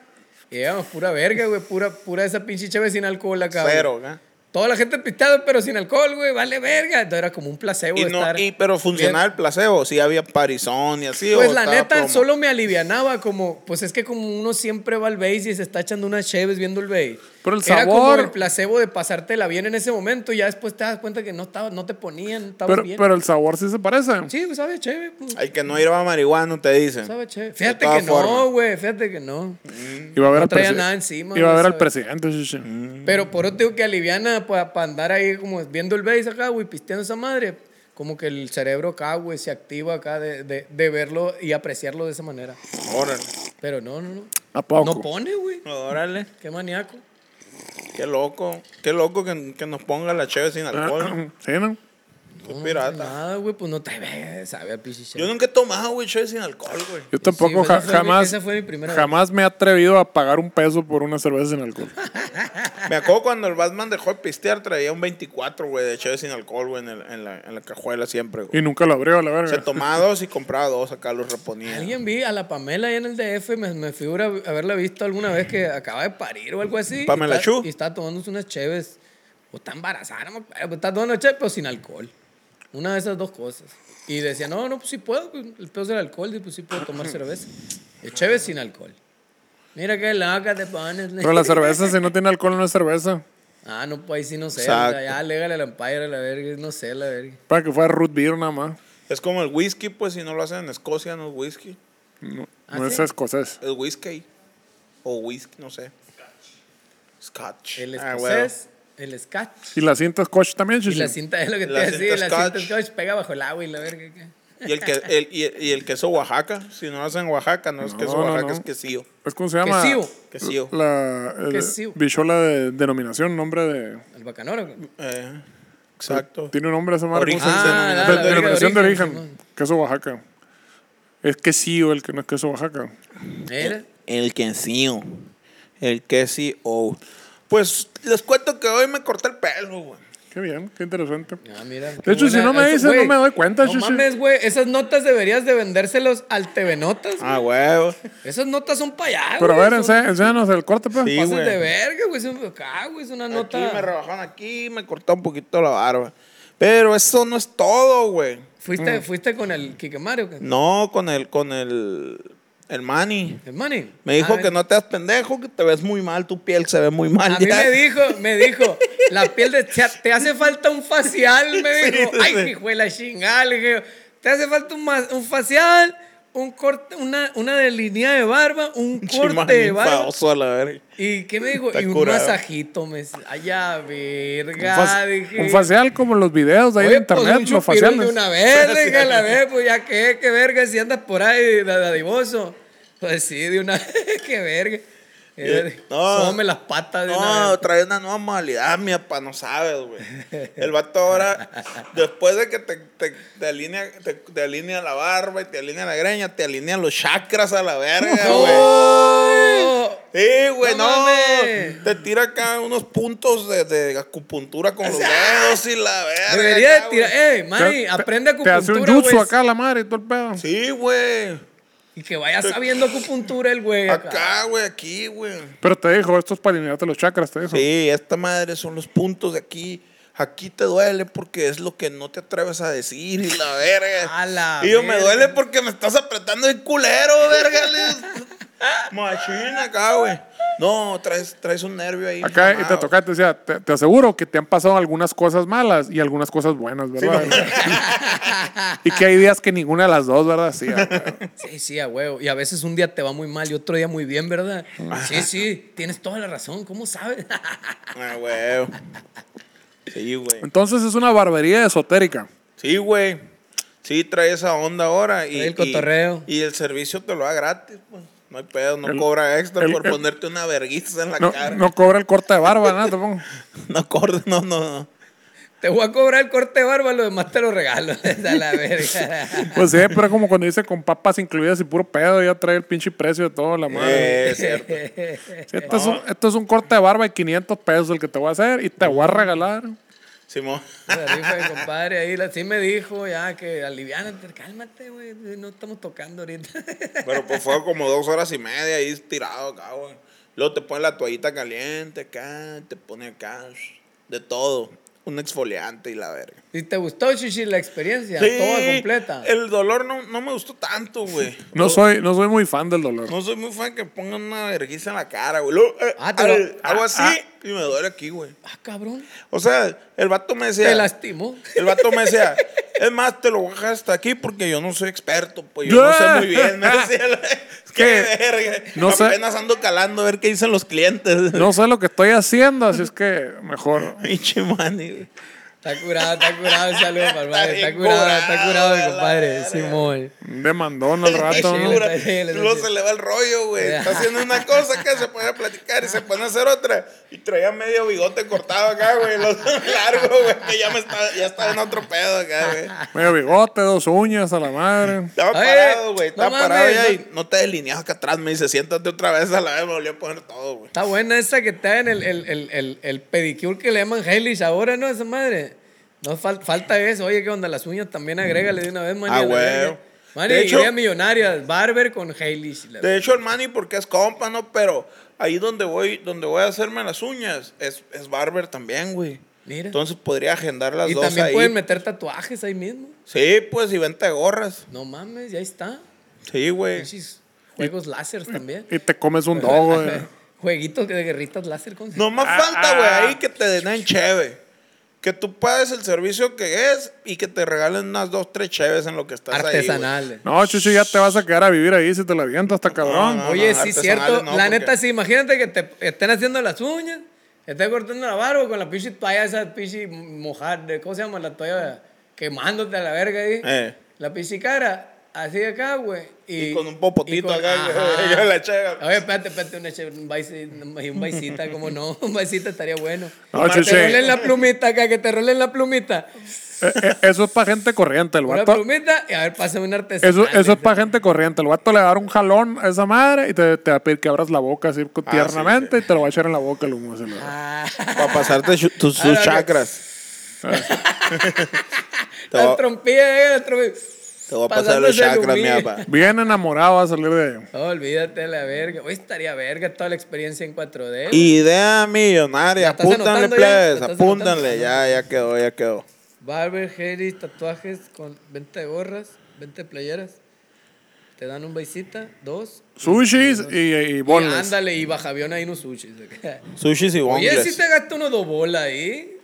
[SPEAKER 3] Y llegamos pura verga, güey, pura, pura esa pinche cheve sin alcohol acá. güey.
[SPEAKER 2] Cero, acá.
[SPEAKER 3] Toda la gente pisteada, pero sin alcohol, güey, vale verga. Entonces era como un placebo
[SPEAKER 2] Y
[SPEAKER 3] de
[SPEAKER 2] no,
[SPEAKER 3] estar
[SPEAKER 2] y, pero funcionaba
[SPEAKER 3] bien.
[SPEAKER 2] el placebo. Sí, había parizón y así.
[SPEAKER 3] Pues
[SPEAKER 2] o
[SPEAKER 3] la
[SPEAKER 2] estaba
[SPEAKER 3] neta,
[SPEAKER 2] promo.
[SPEAKER 3] solo me alivianaba como, pues es que como uno siempre va al base y se está echando unas cheves viendo el base.
[SPEAKER 1] Pero el
[SPEAKER 3] Era como
[SPEAKER 1] sabor-
[SPEAKER 3] el placebo de pasártela bien en ese momento y ya después te das cuenta que no, estaba, no te ponían, estabas
[SPEAKER 1] Pero,
[SPEAKER 3] bien.
[SPEAKER 1] pero el sabor sí se parece.
[SPEAKER 3] sí, pues, sabe chévere. pues,
[SPEAKER 2] Hay que no ir a marihuano, te dicen.
[SPEAKER 3] sabe chévere.
[SPEAKER 2] De
[SPEAKER 3] Fíjate
[SPEAKER 2] todas
[SPEAKER 3] que
[SPEAKER 2] formas.
[SPEAKER 3] no, güey, fíjate que no.
[SPEAKER 1] Iba a ver
[SPEAKER 3] No
[SPEAKER 1] al
[SPEAKER 3] traía
[SPEAKER 1] presi-
[SPEAKER 3] nada encima,
[SPEAKER 1] Iba a
[SPEAKER 3] no
[SPEAKER 1] ver al
[SPEAKER 3] sabe.
[SPEAKER 1] presidente. sí, sí.
[SPEAKER 2] Mm.
[SPEAKER 3] Pero por eso te digo que aliviana para andar ahí como viendo el bass acá, güey, pisteando esa madre. Como que el cerebro acá, güey, se activa acá de, de, de verlo y apreciarlo de esa manera.
[SPEAKER 2] Órale.
[SPEAKER 3] Pero no, no, no.
[SPEAKER 1] ¿A poco?
[SPEAKER 3] No pone, güey.
[SPEAKER 2] Órale.
[SPEAKER 3] Qué maníaco.
[SPEAKER 2] Qué loco. Qué loco que, que nos ponga la cheve sin alcohol.
[SPEAKER 1] Ah, Sí, ¿no?
[SPEAKER 2] Qué
[SPEAKER 3] Ah, No,
[SPEAKER 2] pirata.
[SPEAKER 3] Nada, güey, pues no te ve, sabe a pichi
[SPEAKER 2] Yo nunca he tomado, güey, cheve sin alcohol, güey.
[SPEAKER 1] Yo tampoco
[SPEAKER 3] esa
[SPEAKER 1] ja-
[SPEAKER 3] fue mi-
[SPEAKER 1] jamás,
[SPEAKER 3] esa fue mi primera vez.
[SPEAKER 1] jamás me he atrevido a pagar un peso por una cerveza sin alcohol.
[SPEAKER 2] Me acuerdo cuando el Batman dejó de pistear, traía un 24, güey, de cheve sin alcohol, güey, en, el- en la, en la cajuela siempre, güey.
[SPEAKER 1] y nunca lo abrió, a la
[SPEAKER 2] Se
[SPEAKER 1] verga.
[SPEAKER 2] tomaba dos y compraba dos, acá los reponía.
[SPEAKER 3] Alguien vi a la Pamela ahí en el DF, me, me figura haberla visto alguna vez que acaba de parir o algo así. y
[SPEAKER 2] Pamela
[SPEAKER 3] está-
[SPEAKER 2] Chu.
[SPEAKER 3] Y está tomándose unas cheves. O está embarazada, no me acuerdo, pero está tomando cheves, pero sin alcohol. Una de esas dos cosas. Y decía, no, no, pues sí puedo, pues, el peor es el alcohol, y pues sí puedo tomar cerveza. Y cheves sin alcohol. Mira qué loca te pones.
[SPEAKER 1] Pero la cerveza, si no tiene alcohol, no es cerveza.
[SPEAKER 3] Ah, no, pues ahí sí no sé.
[SPEAKER 2] Exacto.
[SPEAKER 3] Ya, alégale al Empire, a la verga, no sé, la verga.
[SPEAKER 1] Para que fuera root beer nada más.
[SPEAKER 2] Es como el whisky, pues, si no lo hacen en Escocia, no es whisky.
[SPEAKER 1] No,
[SPEAKER 3] ¿Ah,
[SPEAKER 1] no es
[SPEAKER 3] sí?
[SPEAKER 1] escocés.
[SPEAKER 2] Es whisky. O whisky, no sé. Scotch.
[SPEAKER 3] El
[SPEAKER 2] Ah,
[SPEAKER 3] escocés, el scotch.
[SPEAKER 1] ¿Y la cinta scotch también,
[SPEAKER 3] Y la
[SPEAKER 1] chichi?
[SPEAKER 3] cinta es lo que te
[SPEAKER 2] La
[SPEAKER 3] iba a decir,
[SPEAKER 2] cinta
[SPEAKER 3] la
[SPEAKER 2] scotch.
[SPEAKER 3] cinta scotch pega bajo el agua y la verga. ¿qué?
[SPEAKER 2] güey. Y el, que, el, y, el- y el queso Oaxaca. Si no lo hacen en Oaxaca, no, es queso
[SPEAKER 1] no,
[SPEAKER 2] Oaxaca,
[SPEAKER 1] no.
[SPEAKER 2] es quesillo.
[SPEAKER 1] ¿Es como se llama?
[SPEAKER 3] Quesillo.
[SPEAKER 2] Quesillo.
[SPEAKER 1] La el-
[SPEAKER 3] Quesillo.
[SPEAKER 1] bichola de denominación, nombre de...
[SPEAKER 3] El bacanoro. güey.
[SPEAKER 2] Eh, exacto.
[SPEAKER 1] Tiene un nombre esa madre. ¿cómo se
[SPEAKER 2] Origen.
[SPEAKER 1] dice?
[SPEAKER 2] Ah,
[SPEAKER 1] De-
[SPEAKER 2] la verga de
[SPEAKER 1] denominación de origen.
[SPEAKER 3] Simón.
[SPEAKER 1] Queso Oaxaca. Es quesillo el que no es queso Oaxaca.
[SPEAKER 3] Mira,
[SPEAKER 2] El quesillo. El quesillo. Pues les cuento que hoy me corté el pelo, güey.
[SPEAKER 1] Qué bien, qué interesante.
[SPEAKER 3] ah, mira.
[SPEAKER 1] De hecho, si no me dices, no me doy cuenta,
[SPEAKER 3] No
[SPEAKER 1] Chuchi.
[SPEAKER 3] mames, güey. Esas notas deberías de vendérselos al TV Notas. güey.
[SPEAKER 2] Ah, huevo.
[SPEAKER 3] Esas notas son para allá,
[SPEAKER 1] Pero a
[SPEAKER 3] güey,
[SPEAKER 1] ver,
[SPEAKER 3] son
[SPEAKER 1] ensé- enséñanos el corte, pues.
[SPEAKER 2] Sí.
[SPEAKER 3] pases
[SPEAKER 2] güey.
[SPEAKER 3] de verga, güey. Son acá, güey. Es una
[SPEAKER 2] Aquí
[SPEAKER 3] nota.
[SPEAKER 2] me rebajaron aquí, me cortó un poquito la barba. Pero eso no es todo, güey.
[SPEAKER 1] Mm.
[SPEAKER 3] ¿Fuiste, ¿Fuiste con el Kike Mario? qué?
[SPEAKER 2] No, con el, con el, el Manny.
[SPEAKER 3] El Manny.
[SPEAKER 2] Me dijo
[SPEAKER 3] Ah,
[SPEAKER 2] que no te das pendejo, que te ves muy mal, tu piel se ve muy mal.
[SPEAKER 3] A mí
[SPEAKER 2] ya.
[SPEAKER 3] me dijo, me dijo, la piel de. Te, te hace falta un facial, me
[SPEAKER 2] Sí,
[SPEAKER 3] dijo.
[SPEAKER 2] sí, sí.
[SPEAKER 3] Ay, hijo de la chingada, le dije. Te hace falta un, ma- un facial, un corte, una, una línea de barba, un
[SPEAKER 2] Pinche
[SPEAKER 3] corte
[SPEAKER 2] Manny
[SPEAKER 3] de barba.
[SPEAKER 2] enfadoso a la verga.
[SPEAKER 3] ¿Y qué me dijo?
[SPEAKER 2] Está
[SPEAKER 3] Y un
[SPEAKER 2] curado.
[SPEAKER 3] masajito. Me... dice, Ay, ya,
[SPEAKER 1] Un,
[SPEAKER 3] verga.
[SPEAKER 1] fac-
[SPEAKER 3] dije.
[SPEAKER 1] un facial como los videos de ahí
[SPEAKER 3] Oye,
[SPEAKER 1] de internet,
[SPEAKER 3] pues, un
[SPEAKER 1] los
[SPEAKER 3] chupirul
[SPEAKER 1] faciales.
[SPEAKER 3] de una vez, deja la vez, pues ya qué, qué verga, si andas por ahí de de dadivoso. Pues sí, de una vez, qué verga. Eh,
[SPEAKER 2] No.
[SPEAKER 3] Sóbame las patas Ah, de una
[SPEAKER 2] No,
[SPEAKER 3] vez.
[SPEAKER 2] trae una nueva modalidad, mi papá, no sabes, güey. El vato ahora, después de que te, te, te alinea, te, te alinea la barba y te alinea la greña, te alinea los chakras a la verga, güey.
[SPEAKER 3] ¡Oh!
[SPEAKER 2] Sí, güey,
[SPEAKER 3] ¡No
[SPEAKER 2] no.
[SPEAKER 3] mames!
[SPEAKER 2] Te tira acá unos puntos de, de acupuntura con los dedos y la verga.
[SPEAKER 3] Debería
[SPEAKER 2] acá,
[SPEAKER 3] de
[SPEAKER 2] güey.
[SPEAKER 3] tirar. ¡Eh, Mari!
[SPEAKER 1] Te-
[SPEAKER 3] Aprende
[SPEAKER 1] Te hace un
[SPEAKER 3] acupuntura,
[SPEAKER 1] jutsu
[SPEAKER 3] güey.
[SPEAKER 1] acá la madre y todo el pedo.
[SPEAKER 2] Sí, güey.
[SPEAKER 3] Y que vaya sabiendo acupuntura el güey. acá.
[SPEAKER 2] Acá, güey, aquí, güey.
[SPEAKER 1] Pero te dijo, esto es para alinearte los chakras, te dijo.
[SPEAKER 2] Sí, esta madre son los puntos de aquí. Aquí te duele porque es lo que no te atreves a decir y la verga.
[SPEAKER 3] A la
[SPEAKER 2] y yo me
[SPEAKER 3] verga.
[SPEAKER 2] duele porque me estás apretando el culero, verga. les- Machina acá, güey. No, traes, traes un nervio ahí.
[SPEAKER 1] Acá y te
[SPEAKER 2] mamado.
[SPEAKER 1] toca, te decía, te, te aseguro que te han pasado algunas cosas malas y algunas cosas buenas, ¿verdad? y que hay días que ninguna de las dos, ¿verdad? Sí, ah, güey.
[SPEAKER 3] Sí, sí, a huevo. Y a veces un día te va muy mal y otro día muy bien, ¿verdad? Sí, sí, tienes toda la razón. ¿Cómo sabes?
[SPEAKER 2] Ah, güey. Sí, güey.
[SPEAKER 1] Entonces es una barbería esotérica.
[SPEAKER 2] Sí, güey. Sí, trae esa onda ahora. Y,
[SPEAKER 3] Trae el
[SPEAKER 2] y-
[SPEAKER 3] cotorreo.
[SPEAKER 2] Y, el servicio te lo da gratis, pues. No hay pedo, no cobra extra
[SPEAKER 1] el-
[SPEAKER 2] por
[SPEAKER 1] el-
[SPEAKER 2] ponerte una verguiza en la
[SPEAKER 1] No,
[SPEAKER 2] cara.
[SPEAKER 1] no cobra el corte de barba, nada, tampoco.
[SPEAKER 2] No acorde, no, no, no.
[SPEAKER 3] Te voy a cobrar el corte de barba, lo demás te lo regalo. A la verga.
[SPEAKER 1] Pues sí, pero es como cuando dice con papas incluidas y puro pedo, ya trae el pinche precio de todo, la madre.
[SPEAKER 2] Eh, es cierto.
[SPEAKER 1] Sí, esto, es un, esto es un corte de barba de 500 pesos el que te voy a hacer y te voy a regalar.
[SPEAKER 2] Simón.
[SPEAKER 3] La rifa de compadre ahí, la- sí me dijo ya que aliviánate, cálmate, güey, no estamos tocando ahorita.
[SPEAKER 2] Pero pues fue como dos horas y media ahí tirado acá, güey. Luego te ponen la toallita caliente acá, te pone acá, de todo. un exfoliante y la verga.
[SPEAKER 3] ¿Y te gustó, Shishi, la experiencia?
[SPEAKER 2] Sí,
[SPEAKER 3] Toda completa.
[SPEAKER 2] El dolor no, no me gustó tanto, güey.
[SPEAKER 1] No soy, no soy muy fan del dolor.
[SPEAKER 2] No soy muy fan que pongan una vergüenza en la cara, güey. Luego, eh,
[SPEAKER 3] Ah, te lo-
[SPEAKER 2] al- hago
[SPEAKER 3] ah,
[SPEAKER 2] así
[SPEAKER 3] ah.
[SPEAKER 2] y me duele aquí, güey.
[SPEAKER 3] Ah, cabrón.
[SPEAKER 2] O sea, el vato me decía.
[SPEAKER 3] Te lastimó.
[SPEAKER 2] El vato me decía, es más, te lo voy a dejar hasta aquí porque yo no soy experto, pues yo no sé muy bien. Me decía, qué verga.
[SPEAKER 1] No sé.
[SPEAKER 2] Apenas ando calando a ver qué dicen los clientes.
[SPEAKER 1] No sé lo que estoy haciendo, así es que mejor.
[SPEAKER 2] Pinche mani, güey.
[SPEAKER 3] Está curado, está curado. Saludos para el padre. Está
[SPEAKER 2] bien
[SPEAKER 3] curado, está
[SPEAKER 2] curado,
[SPEAKER 3] curado, mi
[SPEAKER 2] la
[SPEAKER 3] compadre.
[SPEAKER 2] verga.
[SPEAKER 3] Simón.
[SPEAKER 1] Demandón al rato.
[SPEAKER 3] Sí,
[SPEAKER 1] ¿no?
[SPEAKER 3] güey.
[SPEAKER 2] Pura-
[SPEAKER 3] sí, sí, sí.
[SPEAKER 2] Luego se le va el rollo, güey. Está haciendo una cosa que se pone a platicar y se pone a hacer otra. Y traía medio bigote cortado acá, güey. Lo largo, güey. Que ya, me está, ya está en otro pedo acá, güey.
[SPEAKER 1] Medio bigote, dos uñas a la madre.
[SPEAKER 2] Estaba
[SPEAKER 3] Oye,
[SPEAKER 2] parado, güey.
[SPEAKER 3] no
[SPEAKER 2] Estaba
[SPEAKER 3] mames,
[SPEAKER 2] parado ya
[SPEAKER 3] no-
[SPEAKER 2] y no te delineas acá atrás. Me dice, siéntate otra vez. A la vez me volvió a poner todo, güey.
[SPEAKER 3] Está buena esa que está en el, el, el, el, el pedicure que le llaman Hellish ahora, ¿no? Esa madre. No fal- falta eso. Oye, ¿qué onda? Las uñas también agrégale de una vez, man.
[SPEAKER 2] Ah,
[SPEAKER 3] a la
[SPEAKER 2] güey.
[SPEAKER 3] verga. Man,
[SPEAKER 2] De
[SPEAKER 3] y
[SPEAKER 2] hecho-
[SPEAKER 3] idea millonaria. Barber con Hellish. la
[SPEAKER 2] De hecho, el Manny, porque es compa, ¿no? Pero ahí donde voy, donde voy a hacerme las uñas, es, es barber también, güey.
[SPEAKER 3] Mira.
[SPEAKER 2] Entonces podría agendar las
[SPEAKER 3] y
[SPEAKER 2] dos
[SPEAKER 3] también
[SPEAKER 2] ahí.
[SPEAKER 3] pueden meter tatuajes ahí mismo.
[SPEAKER 2] Sí, pues, y venta de gorras.
[SPEAKER 3] No mames, ya está.
[SPEAKER 2] Sí, güey.
[SPEAKER 3] Pinches Juegos láser también.
[SPEAKER 1] Y te comes un dogo, eh. güey.
[SPEAKER 3] Jueguitos de guerritas láser con.
[SPEAKER 2] No más
[SPEAKER 1] Ah,
[SPEAKER 2] falta, güey,
[SPEAKER 1] ah.
[SPEAKER 2] ahí que te den cheve. Que tú pagues el servicio que es y que te regalen unas dos, tres cheves en lo que estás ahí.
[SPEAKER 3] artesanales.
[SPEAKER 1] No, Chucho, ya te vas a quedar a vivir ahí si te la avientas, está cabrón.
[SPEAKER 2] No, no,
[SPEAKER 3] Oye, sí,
[SPEAKER 2] artesanales
[SPEAKER 3] cierto.
[SPEAKER 2] no,
[SPEAKER 3] la
[SPEAKER 2] porque-
[SPEAKER 3] neta, sí, imagínate que te estén haciendo las uñas, estén cortando la barba con la pinche toalla, esa pinche mojar, de- ¿cómo se llama? La toalla quemándote a la verga ahí.
[SPEAKER 2] Eh.
[SPEAKER 3] La pinche cara, así acá, güey. Y,
[SPEAKER 2] Y con un popotito
[SPEAKER 3] y con-
[SPEAKER 2] acá,
[SPEAKER 3] ajá.
[SPEAKER 2] que la chega.
[SPEAKER 3] Oye, espérate, espérate, una che- un baisita, un baisita, ¿cómo no? Un baisita estaría bueno.
[SPEAKER 1] No,
[SPEAKER 3] que
[SPEAKER 1] Chucho.
[SPEAKER 3] te rolen la plumita acá, que te rolen la plumita.
[SPEAKER 1] Eh, eh, eso es para gente corriente, el
[SPEAKER 3] Una
[SPEAKER 1] vato.
[SPEAKER 3] plumita y a ver, pásame un artesanal.
[SPEAKER 1] Eso, eso es
[SPEAKER 3] dice.
[SPEAKER 1] para gente corriente. El vato le va a dar un jalón a esa madre y te, te va a pedir que abras la boca así
[SPEAKER 2] sí,
[SPEAKER 1] tiernamente y te lo va a echar en la boca el humo. así, la-
[SPEAKER 3] Ah.
[SPEAKER 2] Para pasarte chu- tus,
[SPEAKER 3] Ah,
[SPEAKER 2] sus
[SPEAKER 3] ok.
[SPEAKER 2] chakras. te,
[SPEAKER 3] La
[SPEAKER 2] voy,
[SPEAKER 3] trompilla, eh, la trompilla.
[SPEAKER 2] te voy a pasar los
[SPEAKER 3] pasándose el
[SPEAKER 2] chakras, mi
[SPEAKER 3] humilde.
[SPEAKER 2] apa.
[SPEAKER 1] Bien enamorado va a salir de.
[SPEAKER 3] Olvídate de la verga. Hoy estaría verga toda la experiencia en 4D. güey.
[SPEAKER 2] Idea millonaria.
[SPEAKER 3] ¿La estás
[SPEAKER 2] Apúntanle,
[SPEAKER 3] anotando ya? ¿La
[SPEAKER 2] please.
[SPEAKER 3] estás
[SPEAKER 2] Apúntanle.
[SPEAKER 3] anotando?
[SPEAKER 2] Ya, ya quedó, ya quedó.
[SPEAKER 3] Barber, Harris, tatuajes con 20 gorras, 20 playeras. Te dan un beisita, dos.
[SPEAKER 1] Sushis y, y
[SPEAKER 3] Y
[SPEAKER 1] boneless.
[SPEAKER 3] ándale, y baja avión ahí unos sushis.
[SPEAKER 2] Sushis y
[SPEAKER 3] Oye,
[SPEAKER 2] bongles.
[SPEAKER 3] si
[SPEAKER 2] Si,
[SPEAKER 3] te gastas unos dos bolas ahí.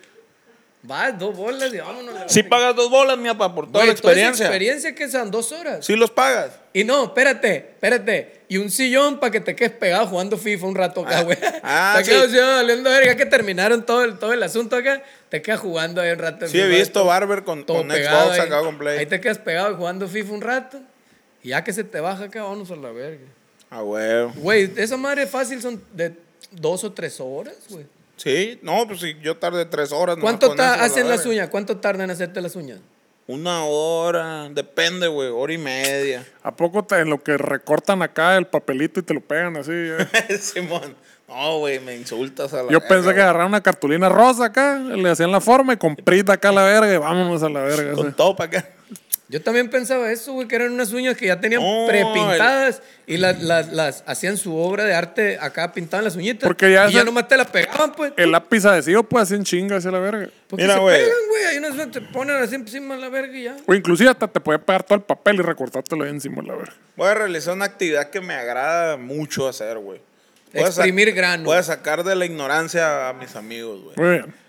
[SPEAKER 3] Vas, dos bolas y vámonos. a la verga.
[SPEAKER 2] pagas dos bolas, mi apa, por toda
[SPEAKER 3] Güey,
[SPEAKER 2] la experiencia.
[SPEAKER 3] Toda esa experiencia que son dos horas.
[SPEAKER 2] Sí los pagas.
[SPEAKER 3] Y no, espérate, espérate. Y un sillón para que te quedes pegado jugando FIFA un rato acá,
[SPEAKER 2] Ah,
[SPEAKER 3] güey.
[SPEAKER 2] ah,
[SPEAKER 3] te
[SPEAKER 2] sí.
[SPEAKER 3] quedas así, ah, valiendo verga que terminaron todo el, todo el asunto acá. Te quedas jugando ahí un rato. en
[SPEAKER 2] Sí, he
[SPEAKER 3] FIFA,
[SPEAKER 2] visto
[SPEAKER 3] todo-
[SPEAKER 2] Barber con,
[SPEAKER 3] todo
[SPEAKER 2] con
[SPEAKER 3] pegado
[SPEAKER 2] Xbox
[SPEAKER 3] ahí.
[SPEAKER 2] acá con
[SPEAKER 3] Ahí
[SPEAKER 2] Play.
[SPEAKER 3] te quedas pegado jugando FIFA un rato. Y ya que se te baja acá, vámonos a la verga.
[SPEAKER 2] Ah, huevo.
[SPEAKER 3] Güey, esa madre fácil son de dos o tres horas, güey.
[SPEAKER 2] Sí, no, pues sí, yo tardé tres horas. nomás
[SPEAKER 3] ¿Cuánto
[SPEAKER 2] con eso,
[SPEAKER 3] ta-
[SPEAKER 2] la
[SPEAKER 3] hacen las
[SPEAKER 2] verga.
[SPEAKER 3] uñas? ¿Cuánto tardan en hacerte las uñas?
[SPEAKER 2] Una hora, depende, güey, hora y media.
[SPEAKER 1] ¿A poco te- en lo que recortan acá el papelito y te lo pegan así? eh?
[SPEAKER 2] Simón, no, güey, me insultas a la
[SPEAKER 1] Yo
[SPEAKER 2] verga,
[SPEAKER 1] pensé que
[SPEAKER 2] güey.
[SPEAKER 1] agarraron una cartulina rosa acá, le hacían la forma y con prita acá a la verga y vámonos a la verga.
[SPEAKER 2] Con
[SPEAKER 1] así.
[SPEAKER 2] todo para acá.
[SPEAKER 3] Yo también pensaba eso, güey, que eran unas uñas que ya tenían
[SPEAKER 2] No,
[SPEAKER 3] prepintadas y las, las, las hacían su obra de arte acá, pintaban las uñitas.
[SPEAKER 1] Porque ya
[SPEAKER 3] y ya
[SPEAKER 1] se-
[SPEAKER 3] nomás te las pegaban, pues.
[SPEAKER 1] El lápiz adhesivo pues así en chinga hacia la verga.
[SPEAKER 3] Porque
[SPEAKER 2] Eh, Mira,
[SPEAKER 3] se
[SPEAKER 2] güey.
[SPEAKER 3] pegan, güey. Hay unas que te ponen así encima de la verga y ya.
[SPEAKER 1] O inclusive hasta te podía pegar todo el papel y recortártelo ahí encima a la verga.
[SPEAKER 2] Voy a realizar una actividad que me agrada mucho hacer, güey. Voy a sa-
[SPEAKER 3] Exprimir grano.
[SPEAKER 2] Voy a sacar de la ignorancia a mis amigos, güey.
[SPEAKER 1] Muy bien.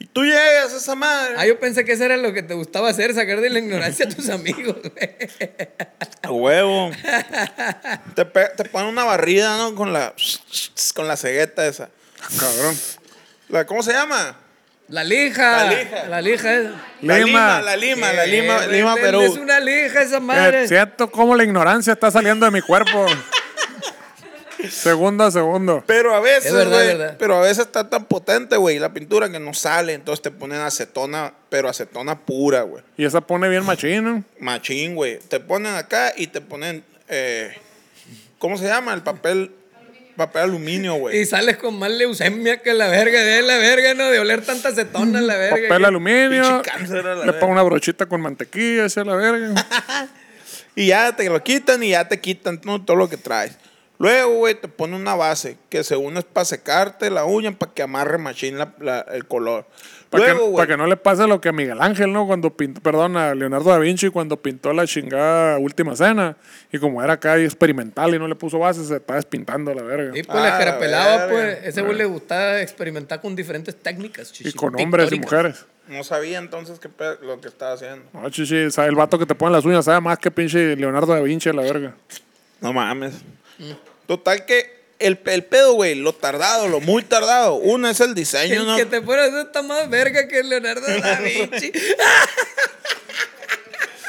[SPEAKER 2] Y tú llegas a esa madre.
[SPEAKER 3] Ah, yo pensé que eso era lo que te gustaba hacer, sacar de la ignorancia a tus amigos, güey.
[SPEAKER 2] A huevo. te, pe- te ponen una barrida, ¿no? Con la, con la cegueta esa.
[SPEAKER 1] Cabrón.
[SPEAKER 2] La, ¿Cómo se llama?
[SPEAKER 3] La lija.
[SPEAKER 2] La lija.
[SPEAKER 3] La lija esa.
[SPEAKER 2] La
[SPEAKER 1] Lima.
[SPEAKER 2] lima, la lima, la lima,
[SPEAKER 3] Eh, güey,
[SPEAKER 2] lima,
[SPEAKER 3] es-
[SPEAKER 2] Perú.
[SPEAKER 3] Es una lija esa madre.
[SPEAKER 1] Eh, siento como la ignorancia está saliendo de mi cuerpo. segundo a segundo.
[SPEAKER 2] Pero a veces,
[SPEAKER 3] Es verdad,
[SPEAKER 2] güey,
[SPEAKER 3] es verdad.
[SPEAKER 2] pero a veces está tan potente, güey, la pintura que no sale, entonces te ponen acetona, pero acetona pura, güey.
[SPEAKER 1] Y esa pone bien machino.
[SPEAKER 2] Machín, güey. Te ponen acá y te ponen, eh, ¿cómo se llama? El papel, papel aluminio,
[SPEAKER 3] Y
[SPEAKER 2] güey.
[SPEAKER 3] sales con más leucemia que la verga, de la verga, ¿no? De oler tanta acetona, la verga.
[SPEAKER 1] Papel aluminio.
[SPEAKER 2] Pinche cáncer a la
[SPEAKER 1] Le
[SPEAKER 2] verga.
[SPEAKER 1] pongo una brochita con mantequilla hacia la verga.
[SPEAKER 2] Y ya te lo quitan y ya te quitan ¿no? todo lo que traes. Luego, güey, te pone una base que según es para secarte la uña, para que amarre machine la- la- el color.
[SPEAKER 1] Para
[SPEAKER 2] Luego,
[SPEAKER 1] que, pa'
[SPEAKER 2] güey.
[SPEAKER 1] que no le pase lo que a Miguel Ángel, ¿no? Cuando pintó, perdón, a Leonardo da Vinci cuando pintó la chingada Última Cena. Y como era acá y experimental y no le puso bases, se está despintando la verga.
[SPEAKER 3] Y
[SPEAKER 1] Y,
[SPEAKER 3] pues la
[SPEAKER 2] Ah,
[SPEAKER 3] carapelaba,
[SPEAKER 2] verga. Ah.
[SPEAKER 3] pues. Ese güey le gustaba experimentar con diferentes técnicas,
[SPEAKER 2] pues,
[SPEAKER 3] chichi.
[SPEAKER 1] con hombres y
[SPEAKER 3] pictóricas.
[SPEAKER 1] mujeres.
[SPEAKER 2] No sabía entonces qué pe- lo que estaba haciendo.
[SPEAKER 1] No, chichi, sabe, el vato que te pone las uñas sabe más que pinche Leonardo da Vinci, la verga.
[SPEAKER 2] No mames. Total que el, el pedo, güey, lo tardado, lo muy tardado. Uno es el diseño,
[SPEAKER 3] El
[SPEAKER 2] ¿no?
[SPEAKER 3] que te fuera a hacer está más verga que Leonardo da Vinci.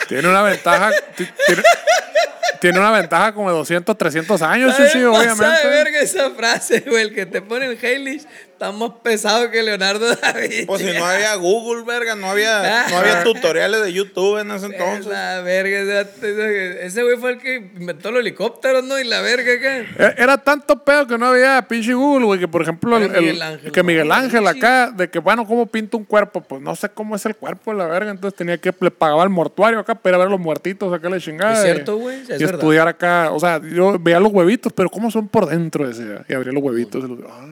[SPEAKER 1] Tiene una ventaja. ti- tiene, tiene una ventaja como de 200, 300 años,
[SPEAKER 3] Está
[SPEAKER 1] chichi,
[SPEAKER 3] bien pasada de
[SPEAKER 1] obviamente.
[SPEAKER 3] verga esa frase, güey. El que te pone el Haylish está más pesado que Leonardo da Vinci.
[SPEAKER 2] Pues si no había Google, verga, no había, no había tutoriales de YouTube en ese
[SPEAKER 3] Es
[SPEAKER 2] entonces.
[SPEAKER 3] La verga, ese- ese- ese güey fue el que inventó los helicópteros, ¿no? Y la verga acá.
[SPEAKER 1] E- Era tanto pedo que no había pinche Google, güey, que por ejemplo el,
[SPEAKER 3] Era Miguel
[SPEAKER 1] el-
[SPEAKER 3] Ángel,
[SPEAKER 1] que
[SPEAKER 3] ¿no?
[SPEAKER 1] Miguel Ángel
[SPEAKER 3] Sí.
[SPEAKER 1] acá, de que bueno, ¿cómo pinta un cuerpo? Pues no sé cómo es el cuerpo, la verga, entonces tenía que, le pagaba al mortuario acá para ir a ver los muertitos acá la chingada.
[SPEAKER 3] Es
[SPEAKER 1] y-
[SPEAKER 3] cierto, güey, es
[SPEAKER 1] Y
[SPEAKER 3] verdad.
[SPEAKER 1] estudiar acá, o sea, yo veía los huevitos, pero ¿cómo son por dentro? Decía, y abría los huevitos. y los- ah.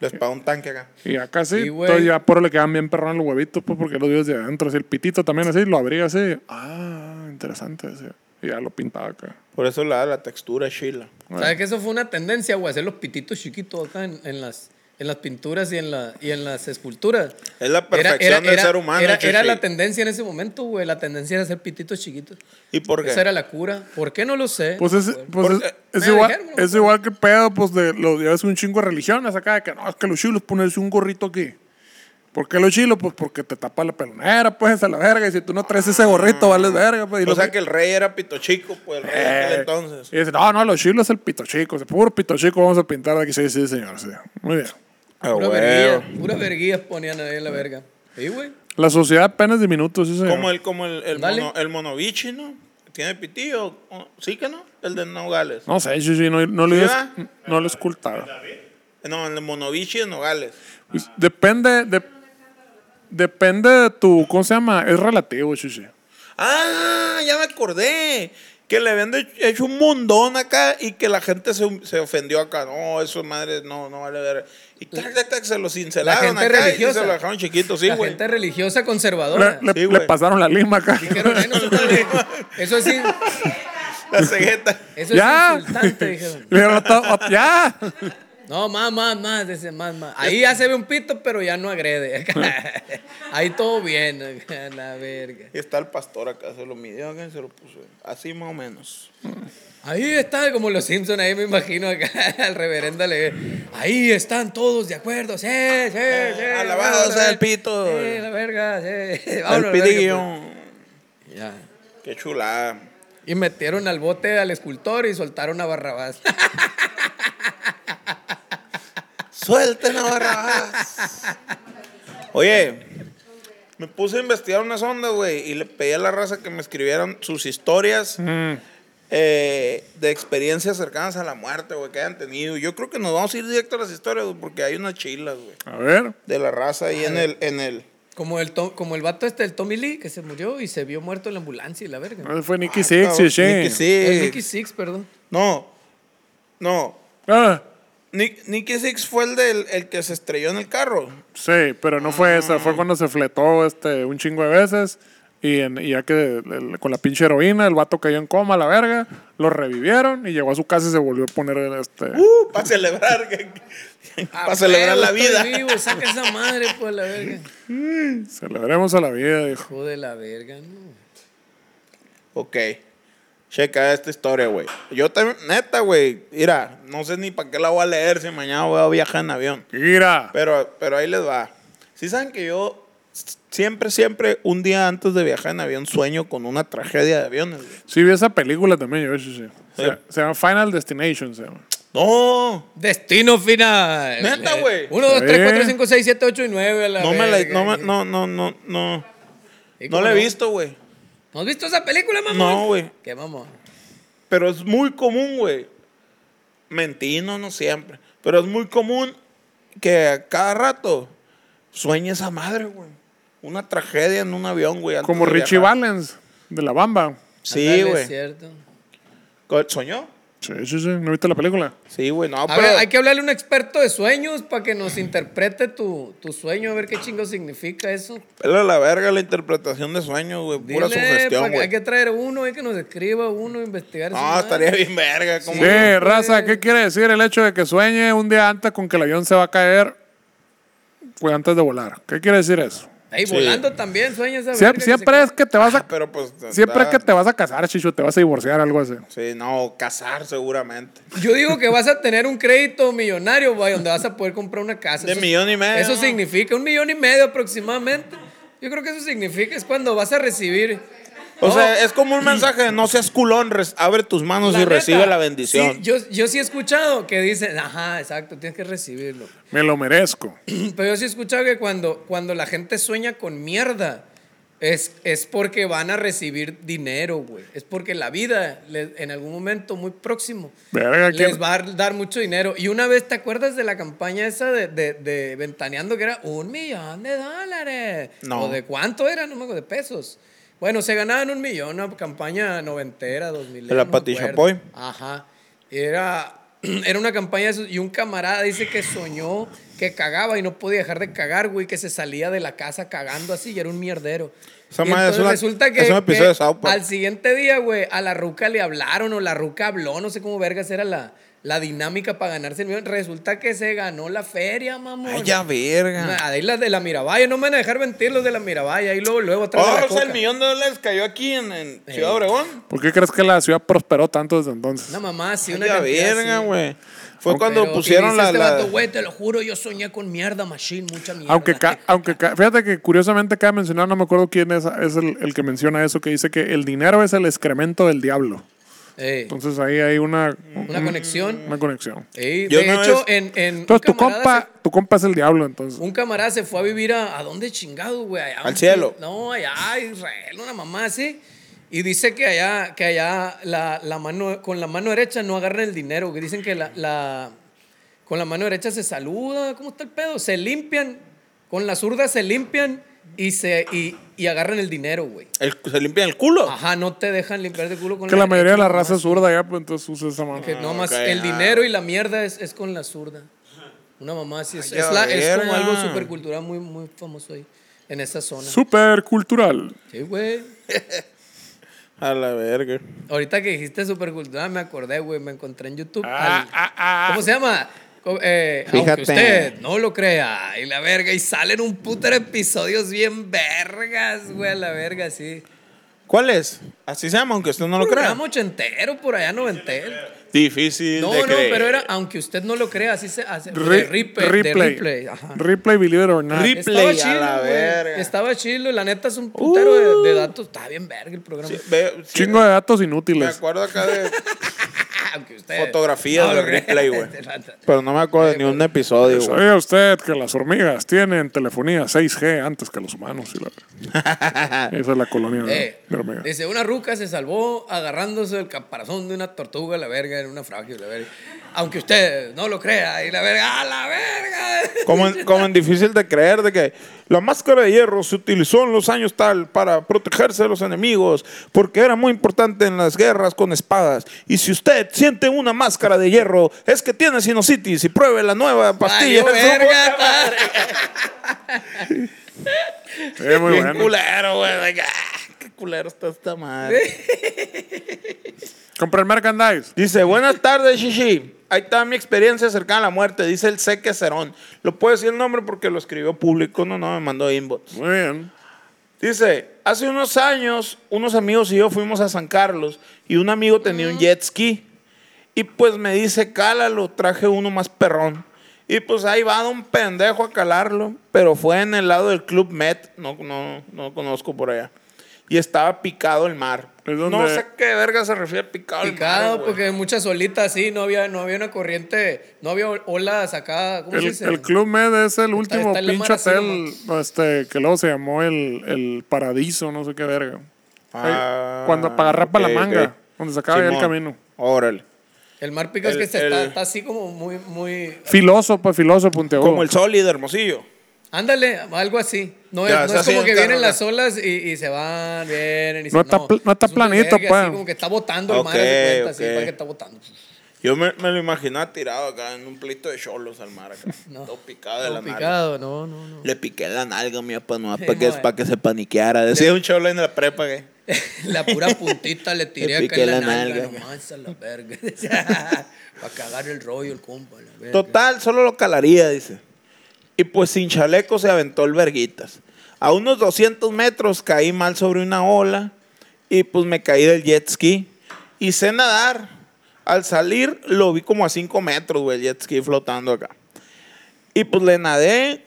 [SPEAKER 2] Les pago un tanque acá.
[SPEAKER 1] Y acá sí,
[SPEAKER 3] Sí, güey.
[SPEAKER 1] entonces ya por le quedan bien perrón los huevitos, pues porque los dios de adentro, así el pitito también así, lo abría así. Ah, interesante, decía. Y ya lo pintaba acá.
[SPEAKER 2] Por eso le da la textura chila.
[SPEAKER 3] ¿Sabes que eso fue una tendencia, güey? Hacer los pititos chiquitos acá en, en las, en las pinturas y en, la, y en las esculturas.
[SPEAKER 2] Es la perfección del ser humano,
[SPEAKER 3] Era, era
[SPEAKER 2] chichi.
[SPEAKER 3] la tendencia en ese momento, güey. La tendencia era hacer pititos chiquitos.
[SPEAKER 2] ¿Y por qué?
[SPEAKER 3] Esa era la cura. ¿Por qué no lo sé?
[SPEAKER 1] Pues es, pues
[SPEAKER 2] Porque-
[SPEAKER 1] es- es
[SPEAKER 3] Me
[SPEAKER 1] igual,
[SPEAKER 3] dijeron, güey.
[SPEAKER 1] es igual que el pedo, pues de los ya ves un chingo de religiones acá, de que no, es que los chilos ponerse un gorrito aquí. ¿Por qué los chilos? Pues porque te tapa la pelonera, pues a la verga, y si tú no traes ese gorrito, vales verga, pues. Y
[SPEAKER 2] o
[SPEAKER 1] los-
[SPEAKER 2] sea que el rey era pito chico, pues el rey de aquel
[SPEAKER 1] Eh,
[SPEAKER 2] entonces.
[SPEAKER 1] Y dice, no, no, los chilos es el pito chico, es puro pito chico, vamos a pintar de aquí. Sí, sí, señor, sí. Muy bien.
[SPEAKER 2] Ah,
[SPEAKER 3] Pura
[SPEAKER 2] huevo.
[SPEAKER 3] verguilla. Pura verguilla ponían ahí en la verga. Sí, güey.
[SPEAKER 1] La sociedad apenas de minutos, sí, señor.
[SPEAKER 2] Como el, como el, el,
[SPEAKER 3] Dale.
[SPEAKER 2] mono, el monovichi, ¿no? Tiene pitillo. ¿o? ¿Sí que no? El de Nogales.
[SPEAKER 1] No sé, sí, sí, no, no lo,
[SPEAKER 2] ¿Sí,
[SPEAKER 1] es-
[SPEAKER 2] va?
[SPEAKER 1] no lo escultaba.
[SPEAKER 2] No, el de monovichi de Nogales.
[SPEAKER 1] Pues, depende, de- depende de tu, ¿cómo se llama? Es relativo, chichi.
[SPEAKER 2] Ah, ya me acordé. Que le habían de- hecho un mundón acá y que la gente se, se ofendió acá. No, eso madre, no, no vale ver. Y tac, tac, tac, se lo cincelaron acá
[SPEAKER 3] gente
[SPEAKER 2] y
[SPEAKER 3] religiosa.
[SPEAKER 2] se lo dejaron chiquito, sí,
[SPEAKER 3] la
[SPEAKER 2] güey.
[SPEAKER 3] gente religiosa conservadora.
[SPEAKER 1] Le, le-
[SPEAKER 2] Ah, Sí,
[SPEAKER 1] le
[SPEAKER 2] güey.
[SPEAKER 1] pasaron la lima acá.
[SPEAKER 3] Dijeron, "Eh, nosotros le- eso es, in-
[SPEAKER 2] La cegueta.
[SPEAKER 3] eso es
[SPEAKER 1] ya.
[SPEAKER 3] insultante, dijeron.
[SPEAKER 1] Le dieron otro- otro- ya.
[SPEAKER 3] No, más, más, más, dice, más, más. Ahí ya se ve un pito, pero ya no agrede. Ahí todo bien, la verga.
[SPEAKER 2] Y está el pastor acá, se lo midió acá y se lo puso. Así más o menos.
[SPEAKER 3] Ahí está, como los Simpsons, ahí me imagino acá al reverendo le Ahí están todos de acuerdo, sí, sí, sí.
[SPEAKER 2] Alabado
[SPEAKER 3] vámonos,
[SPEAKER 2] sea el
[SPEAKER 3] eh.
[SPEAKER 2] pito.
[SPEAKER 3] Sí, la verga, sí.
[SPEAKER 2] El
[SPEAKER 3] vámonos, la verga,
[SPEAKER 2] pitillo.
[SPEAKER 3] pues. Ya.
[SPEAKER 2] Qué chulada.
[SPEAKER 3] Y metieron al bote al escultor y soltaron a Barrabás.
[SPEAKER 2] Suelten a Barrabás. Oye, me puse a investigar unas ondas, güey, y le pedí a la raza que me escribieran sus historias eh, de experiencias cercanas a la muerte, güey, que hayan tenido. Yo creo que nos vamos a ir directo a las historias, güey, porque hay unas chilas, güey,
[SPEAKER 1] A ver.
[SPEAKER 2] de la raza ahí en el, en el.
[SPEAKER 3] Como el, to- como el vato este, el Tommy Lee, que se murió y se vio muerto en la ambulancia y la verga.
[SPEAKER 2] Ah,
[SPEAKER 1] Ese Fue Nicky Six, chichi.
[SPEAKER 2] Nicky
[SPEAKER 3] El
[SPEAKER 2] Six.
[SPEAKER 3] Nicky Six, perdón.
[SPEAKER 2] No, no.
[SPEAKER 1] Ah,
[SPEAKER 2] Nick- Nicky Six fue el del el que se estrelló en el carro.
[SPEAKER 1] sí, pero no fue esa.
[SPEAKER 2] Ah.
[SPEAKER 1] Fue cuando se fletó este, un chingo de veces. Y, en- y ya que el- con la pinche heroína, el vato cayó en coma, la verga. Lo revivieron y llegó a su casa y se volvió a poner el, este.
[SPEAKER 2] Uh, para celebrar, que- para celebrar la vida.
[SPEAKER 3] Ah, Estoy vivo, saca esa madre, pues, la verga.
[SPEAKER 1] Celebremos a la vida, dijo.
[SPEAKER 3] Joder, la verga, no.
[SPEAKER 2] Ok. Checa esta historia, güey. Yo también, neta, güey. Mira, no sé ni para qué la voy a leer si mañana voy a viajar en avión.
[SPEAKER 1] Mira.
[SPEAKER 2] Pero, pero ahí les va. Si saben que yo s- siempre, siempre, un día antes de viajar en avión, sueño con una tragedia de aviones, güey.
[SPEAKER 1] Sí, vi esa película también, yo, sí, sí. Se,
[SPEAKER 2] Sí.
[SPEAKER 1] se llama Final Destination, se llama.
[SPEAKER 2] No,
[SPEAKER 3] Destino final.
[SPEAKER 2] Neta, güey.
[SPEAKER 3] 1, 2, 3,
[SPEAKER 1] Eh.
[SPEAKER 3] 4, 5, 6, 7, 8 y 9. La
[SPEAKER 2] no me la,
[SPEAKER 3] verga.
[SPEAKER 2] no, me- no, no, no, no.
[SPEAKER 3] ¿Y
[SPEAKER 2] No
[SPEAKER 3] cómo
[SPEAKER 2] la he visto, güey.
[SPEAKER 3] ¿No has visto esa película, mamón?
[SPEAKER 2] No, güey.
[SPEAKER 3] ¿Qué, mamón?
[SPEAKER 2] Pero es muy común, güey. Mentí, no, no siempre. Pero es muy común que a cada rato sueñe esa madre, güey. Una tragedia en un avión, güey. antes
[SPEAKER 1] Como
[SPEAKER 2] de
[SPEAKER 1] Richie
[SPEAKER 2] viajar.
[SPEAKER 1] Valens, de La Bamba.
[SPEAKER 2] Sí,
[SPEAKER 3] Ándale, Es
[SPEAKER 2] güey.
[SPEAKER 3] cierto.
[SPEAKER 2] Co- ¿Soñó?
[SPEAKER 1] Sí, sí, sí. ¿No viste la película?
[SPEAKER 2] Sí, güey, no,
[SPEAKER 3] A
[SPEAKER 2] pero.
[SPEAKER 3] ver, hay que hablarle a un experto de sueños para que nos interprete tu, tu sueño, a ver qué chingo significa eso.
[SPEAKER 2] Pela la verga la interpretación de sueños, güey. Pura
[SPEAKER 3] Dile, pa'
[SPEAKER 2] sugestión,
[SPEAKER 3] que- hay
[SPEAKER 2] güey.
[SPEAKER 3] que traer uno, hay que nos escriba uno, investigar. esa
[SPEAKER 2] No,
[SPEAKER 3] madre.
[SPEAKER 2] estaría bien verga.
[SPEAKER 1] Sí,
[SPEAKER 2] Como
[SPEAKER 1] raza, ¿qué quiere decir el hecho de que sueñe un día antes con que el avión se va a caer? Fue antes de volar. ¿Qué quiere decir eso?
[SPEAKER 3] Ahí
[SPEAKER 2] Sí.
[SPEAKER 3] volando también, sueños.
[SPEAKER 1] Siem- siempre es que te vas a...
[SPEAKER 2] Pero pues.
[SPEAKER 1] Siempre es
[SPEAKER 2] está-
[SPEAKER 1] que te vas a casar, Chicho, te vas a divorciar, algo así.
[SPEAKER 2] Sí, no, casar seguramente.
[SPEAKER 3] Yo digo que vas a tener un crédito millonario, güey, donde vas a poder comprar una casa.
[SPEAKER 2] De millón y medio,
[SPEAKER 3] Eso
[SPEAKER 2] ¿no?
[SPEAKER 3] significa un millón y medio aproximadamente. Yo creo que eso significa es cuando vas a recibir.
[SPEAKER 2] O
[SPEAKER 3] No,
[SPEAKER 2] sea, es como un mensaje de no seas culón, res- abre tus manos y
[SPEAKER 3] la neta,
[SPEAKER 2] recibe la bendición.
[SPEAKER 3] sí, yo, yo sí he escuchado que dicen, ajá, exacto, tienes que recibirlo.
[SPEAKER 1] Me lo merezco.
[SPEAKER 3] Pero yo sí he escuchado que cuando, cuando la gente sueña con mierda, es, es porque van a recibir dinero, güey. Es porque la vida, le- en algún momento muy próximo,
[SPEAKER 1] Verga,
[SPEAKER 3] les
[SPEAKER 1] ¿quién-
[SPEAKER 3] va a dar mucho dinero. Y una vez, ¿te acuerdas de la campaña esa de, de- de Ventaneando que era un millón de dólares?
[SPEAKER 2] No.
[SPEAKER 3] ¿O de cuánto era? No me acuerdo, de pesos. Bueno, se ganaban un millón, una campaña noventera, dos mil.
[SPEAKER 2] De la Pati Chapoy.
[SPEAKER 3] Ajá. Era, era una campaña de esos, y un camarada dice que soñó que cagaba y no podía dejar de cagar, güey, que se salía de la casa cagando así y era un mierdero.
[SPEAKER 2] Esa
[SPEAKER 3] Y
[SPEAKER 2] madre es
[SPEAKER 3] entonces
[SPEAKER 2] una-
[SPEAKER 3] resulta que,
[SPEAKER 2] es un episodio
[SPEAKER 3] que
[SPEAKER 2] de South Park.
[SPEAKER 3] al siguiente día, güey, a la ruca le hablaron o la ruca habló, no sé cómo vergas era la, la dinámica para ganarse el millón. Resulta que se ganó la feria, mamón. Ah,
[SPEAKER 2] Ay, ya verga. Ah,
[SPEAKER 3] Ahí las de la Miravalle, no me van a dejar mentir los de la Miravalle, ahí luego, luego atrás de
[SPEAKER 2] Oh,
[SPEAKER 3] la
[SPEAKER 2] o sea,
[SPEAKER 3] coca.
[SPEAKER 2] el millón de dólares cayó aquí en, en Ciudad Obregón.
[SPEAKER 1] ¿Por qué crees que la ciudad prosperó tanto desde entonces?
[SPEAKER 3] Una mamá, sí,
[SPEAKER 2] Ay,
[SPEAKER 3] una
[SPEAKER 2] ya
[SPEAKER 3] cantidad así.
[SPEAKER 2] verga, güey. Fue
[SPEAKER 3] Pero
[SPEAKER 2] cuando
[SPEAKER 3] que
[SPEAKER 2] pusieron
[SPEAKER 3] dice
[SPEAKER 2] la.
[SPEAKER 3] este
[SPEAKER 2] la-
[SPEAKER 3] vato, güey, te lo juro, yo soñé con mierda, machine, mucha mierda.
[SPEAKER 1] Aunque, ca- aunque ca- fíjate que curiosamente acaba de mencionar, no me acuerdo quién es, es el, el que menciona eso, que dice que el dinero es el excremento del diablo.
[SPEAKER 3] Ey,
[SPEAKER 2] Pues,
[SPEAKER 1] Entonces ahí hay una,
[SPEAKER 3] eh, una conexión.
[SPEAKER 1] una conexión.
[SPEAKER 3] Ey,
[SPEAKER 2] mm, Yo
[SPEAKER 3] de
[SPEAKER 2] una
[SPEAKER 3] hecho,
[SPEAKER 2] vez-
[SPEAKER 3] en, en un,
[SPEAKER 1] Entonces tu
[SPEAKER 3] camarada
[SPEAKER 1] compa, tu compa es el diablo, entonces.
[SPEAKER 3] se, un camarada se fue a vivir a... ¿A dónde chingado, güey? Allá
[SPEAKER 2] Al
[SPEAKER 3] un-
[SPEAKER 2] cielo.
[SPEAKER 3] No, allá a Israel, una mamá así. Y dice que allá, que allá la, la mano, con la mano derecha no agarran el dinero. Que dicen que la, la- con la mano derecha se saluda. ¿Cómo está el pedo? Se limpian. Con la zurda se limpian y, se, y, y agarran el dinero, güey.
[SPEAKER 2] el- se limpian el culo.
[SPEAKER 3] Ajá, no te dejan limpiar de culo con
[SPEAKER 1] Que la mayoría de la
[SPEAKER 3] nomás-
[SPEAKER 1] raza es zurda ya, pues entonces usa esa mano.
[SPEAKER 3] Que
[SPEAKER 2] Ah,
[SPEAKER 3] nomás
[SPEAKER 2] ok,
[SPEAKER 3] el
[SPEAKER 2] ah.
[SPEAKER 3] dinero y la mierda es, es con la zurda. Una mamá así es.
[SPEAKER 2] Ay,
[SPEAKER 3] Es,
[SPEAKER 2] ya
[SPEAKER 3] la- es como
[SPEAKER 2] verga.
[SPEAKER 3] algo supercultural muy, muy famoso ahí, en esa zona.
[SPEAKER 1] Super cultural.
[SPEAKER 3] Sí, güey.
[SPEAKER 2] A la verga.
[SPEAKER 3] Ahorita que dijiste supercultural me acordé, güey. Me encontré en YouTube.
[SPEAKER 1] Ah,
[SPEAKER 3] al-
[SPEAKER 1] ah, ah.
[SPEAKER 3] ¿Cómo se llama? Co- eh, aunque
[SPEAKER 2] Fíjate.
[SPEAKER 3] usted no lo crea. Y la verga. Y salen un putero episodios bien vergas, güey. a La verga, sí.
[SPEAKER 2] ¿Cuál es? Así se llama, aunque usted no lo crea.
[SPEAKER 3] Programa ochentero, por allá noventero.
[SPEAKER 2] Difícil.
[SPEAKER 3] No,
[SPEAKER 2] de
[SPEAKER 3] no,
[SPEAKER 2] creer.
[SPEAKER 3] pero era, aunque usted no lo crea, así se hace.
[SPEAKER 1] Re-
[SPEAKER 3] de replay. de
[SPEAKER 1] replay.
[SPEAKER 3] replay, ajá.
[SPEAKER 1] Replay, believe it or not.
[SPEAKER 2] Rip-
[SPEAKER 3] Estaba
[SPEAKER 2] Play, a
[SPEAKER 3] chido,
[SPEAKER 2] la
[SPEAKER 3] güey.
[SPEAKER 2] verga. Uh.
[SPEAKER 3] Estaba chido, la neta es un putero de, de datos. Está bien verga el programa.
[SPEAKER 2] Sí, ve- sí,
[SPEAKER 1] Chingo de datos
[SPEAKER 2] Me
[SPEAKER 1] inútiles.
[SPEAKER 2] acuerdo acá de
[SPEAKER 3] Ah, Aunque usted-
[SPEAKER 2] fotografías
[SPEAKER 3] No,
[SPEAKER 2] de
[SPEAKER 3] lo creo.
[SPEAKER 2] replay, güey.
[SPEAKER 3] Este rato.
[SPEAKER 2] Pero no me acuerdo de ni un episodio, güey.
[SPEAKER 1] ¿Sabía Pues, usted que las hormigas tienen telefonía 6G antes que los humanos? Y la- Esa es la colonia de,
[SPEAKER 3] Eh,
[SPEAKER 1] de hormigas.
[SPEAKER 3] dice, una ruca se salvó agarrándose el caparazón de una tortuga, la verga, en una frágil, la verga. Aunque usted no lo crea, y la verga, ¡a la verga!
[SPEAKER 2] Como en, como en difícil de creer de que la máscara de hierro se utilizó en los años tal para protegerse de los enemigos, porque era muy importante en las guerras con espadas. Y si usted siente una máscara de hierro, es que tiene sinusitis y pruebe la nueva pastilla.
[SPEAKER 3] Valió verga, padre.
[SPEAKER 1] Eh, muy
[SPEAKER 2] Bien
[SPEAKER 1] bueno.
[SPEAKER 2] culero, güey. de que, ah, Qué culero está esta madre.
[SPEAKER 1] Comprar merchandise.
[SPEAKER 2] Dice, buenas tardes, Shishi. Ahí está mi experiencia cercana a la muerte, dice el Seque Cerón. Lo puedo decir el nombre porque lo escribió público, no, no, me mandó inbox.
[SPEAKER 1] Muy bien.
[SPEAKER 2] Dice, hace unos años unos amigos y yo fuimos a San Carlos y un amigo tenía un jet ski y pues me dice, cálalo, traje uno más perrón. Y pues ahí va un pendejo a calarlo, pero fue en el lado del Club Met, no, no, no conozco por allá. Y estaba picado el mar.
[SPEAKER 1] ¿Es donde-
[SPEAKER 2] No sé a qué verga se refiere picado, el mar.
[SPEAKER 3] Picado,
[SPEAKER 2] güey.
[SPEAKER 3] porque muchas solitas, sí, no había, no había una corriente, no había olas acá, ¿cómo se
[SPEAKER 1] El,
[SPEAKER 3] dice?
[SPEAKER 1] el Club Med es el último
[SPEAKER 3] está en la
[SPEAKER 1] pinche
[SPEAKER 3] mar así
[SPEAKER 1] hotel este, que luego se llamó el, el Paradiso, no sé qué verga.
[SPEAKER 2] Ah,
[SPEAKER 1] Ahí, cuando para agarrar para
[SPEAKER 2] ok,
[SPEAKER 1] la manga,
[SPEAKER 2] ok.
[SPEAKER 1] donde se acaba ya el
[SPEAKER 2] Simón.
[SPEAKER 1] camino.
[SPEAKER 2] Órale.
[SPEAKER 3] El mar pica es
[SPEAKER 2] El-
[SPEAKER 3] que se
[SPEAKER 2] el-
[SPEAKER 3] está, está así como muy, muy.
[SPEAKER 1] Filoso, pues filoso, puntiagudo.
[SPEAKER 2] Como el sol y de Hermosillo.
[SPEAKER 3] Ándale, algo así. No,
[SPEAKER 2] Ya,
[SPEAKER 3] es,
[SPEAKER 2] se
[SPEAKER 3] no es
[SPEAKER 2] hace
[SPEAKER 3] como
[SPEAKER 2] un
[SPEAKER 3] que vienen
[SPEAKER 2] carro acá.
[SPEAKER 3] las olas y, y se van, vienen y
[SPEAKER 1] No
[SPEAKER 3] se-
[SPEAKER 1] está pl- no está
[SPEAKER 3] es un desvergue,
[SPEAKER 1] planito, pues.
[SPEAKER 3] Así como que está botando el mar,
[SPEAKER 2] Ok,
[SPEAKER 3] haz de cuenta, así,
[SPEAKER 2] ok.
[SPEAKER 3] para que está botando.
[SPEAKER 2] Yo me, me lo imaginaba tirado acá en un pleito de cholos al mar acá. todo picado de
[SPEAKER 3] Todo
[SPEAKER 2] la nalga.
[SPEAKER 3] picado, no, no, no.
[SPEAKER 2] Le piqué la nalga, mi papá, no,
[SPEAKER 3] Sí,
[SPEAKER 2] para que,
[SPEAKER 3] no, eh.
[SPEAKER 2] pa' que se paniqueara. Decía un cholo en la prepa, güey.
[SPEAKER 3] La pura puntita le tiré
[SPEAKER 2] Le
[SPEAKER 3] acá en
[SPEAKER 2] piqué
[SPEAKER 3] la,
[SPEAKER 2] la
[SPEAKER 3] nalga,
[SPEAKER 2] nalga.
[SPEAKER 3] nomás a la verga. Para cagar el rollo, el compa. la verga.
[SPEAKER 2] Total, solo lo calaría, dice. Y pues sin chaleco se aventó el verguitas. A unos 200 metros caí mal sobre una ola y pues me caí del jet ski. Y sé nadar. Al salir lo vi como a 5 metros, güey, el jet ski flotando acá. Y pues le nadé.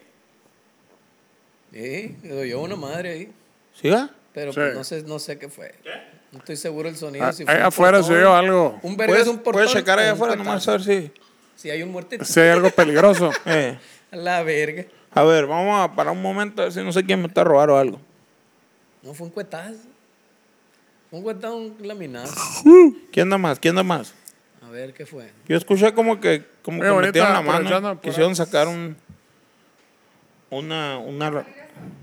[SPEAKER 3] Sí, le doy yo una madre ahí.
[SPEAKER 2] ¿Siga?
[SPEAKER 3] Pero
[SPEAKER 1] Sí.
[SPEAKER 3] pues, no, sé, no sé qué fue. No estoy seguro del sonido.
[SPEAKER 1] Ah,
[SPEAKER 3] si fue
[SPEAKER 1] Ahí
[SPEAKER 3] un
[SPEAKER 1] afuera se
[SPEAKER 3] portón.
[SPEAKER 1] oyó algo.
[SPEAKER 3] Un verga
[SPEAKER 2] ¿Puedes,
[SPEAKER 3] es un portón.
[SPEAKER 2] puedes checar allá
[SPEAKER 3] o un
[SPEAKER 2] afuera nomás a
[SPEAKER 3] petazo.
[SPEAKER 2] ver si.
[SPEAKER 3] Si hay un muertito.
[SPEAKER 1] Si hay algo peligroso.
[SPEAKER 2] Eh,
[SPEAKER 3] A La verga.
[SPEAKER 2] A ver, vamos a parar un momento a ver si no sé quién me está robando o algo.
[SPEAKER 3] No fue un cuetazo. Fue un cuetazo, un laminazo.
[SPEAKER 2] ¿Quién anda más? ¿Quién anda más?
[SPEAKER 3] A ver qué fue.
[SPEAKER 2] Yo escuché como que, como
[SPEAKER 1] Oye,
[SPEAKER 2] que
[SPEAKER 1] ahorita
[SPEAKER 2] metieron la
[SPEAKER 1] aprovechando
[SPEAKER 2] mano.
[SPEAKER 3] pues.
[SPEAKER 1] por
[SPEAKER 2] Quisieron
[SPEAKER 1] ahí.
[SPEAKER 2] sacar un, una, una,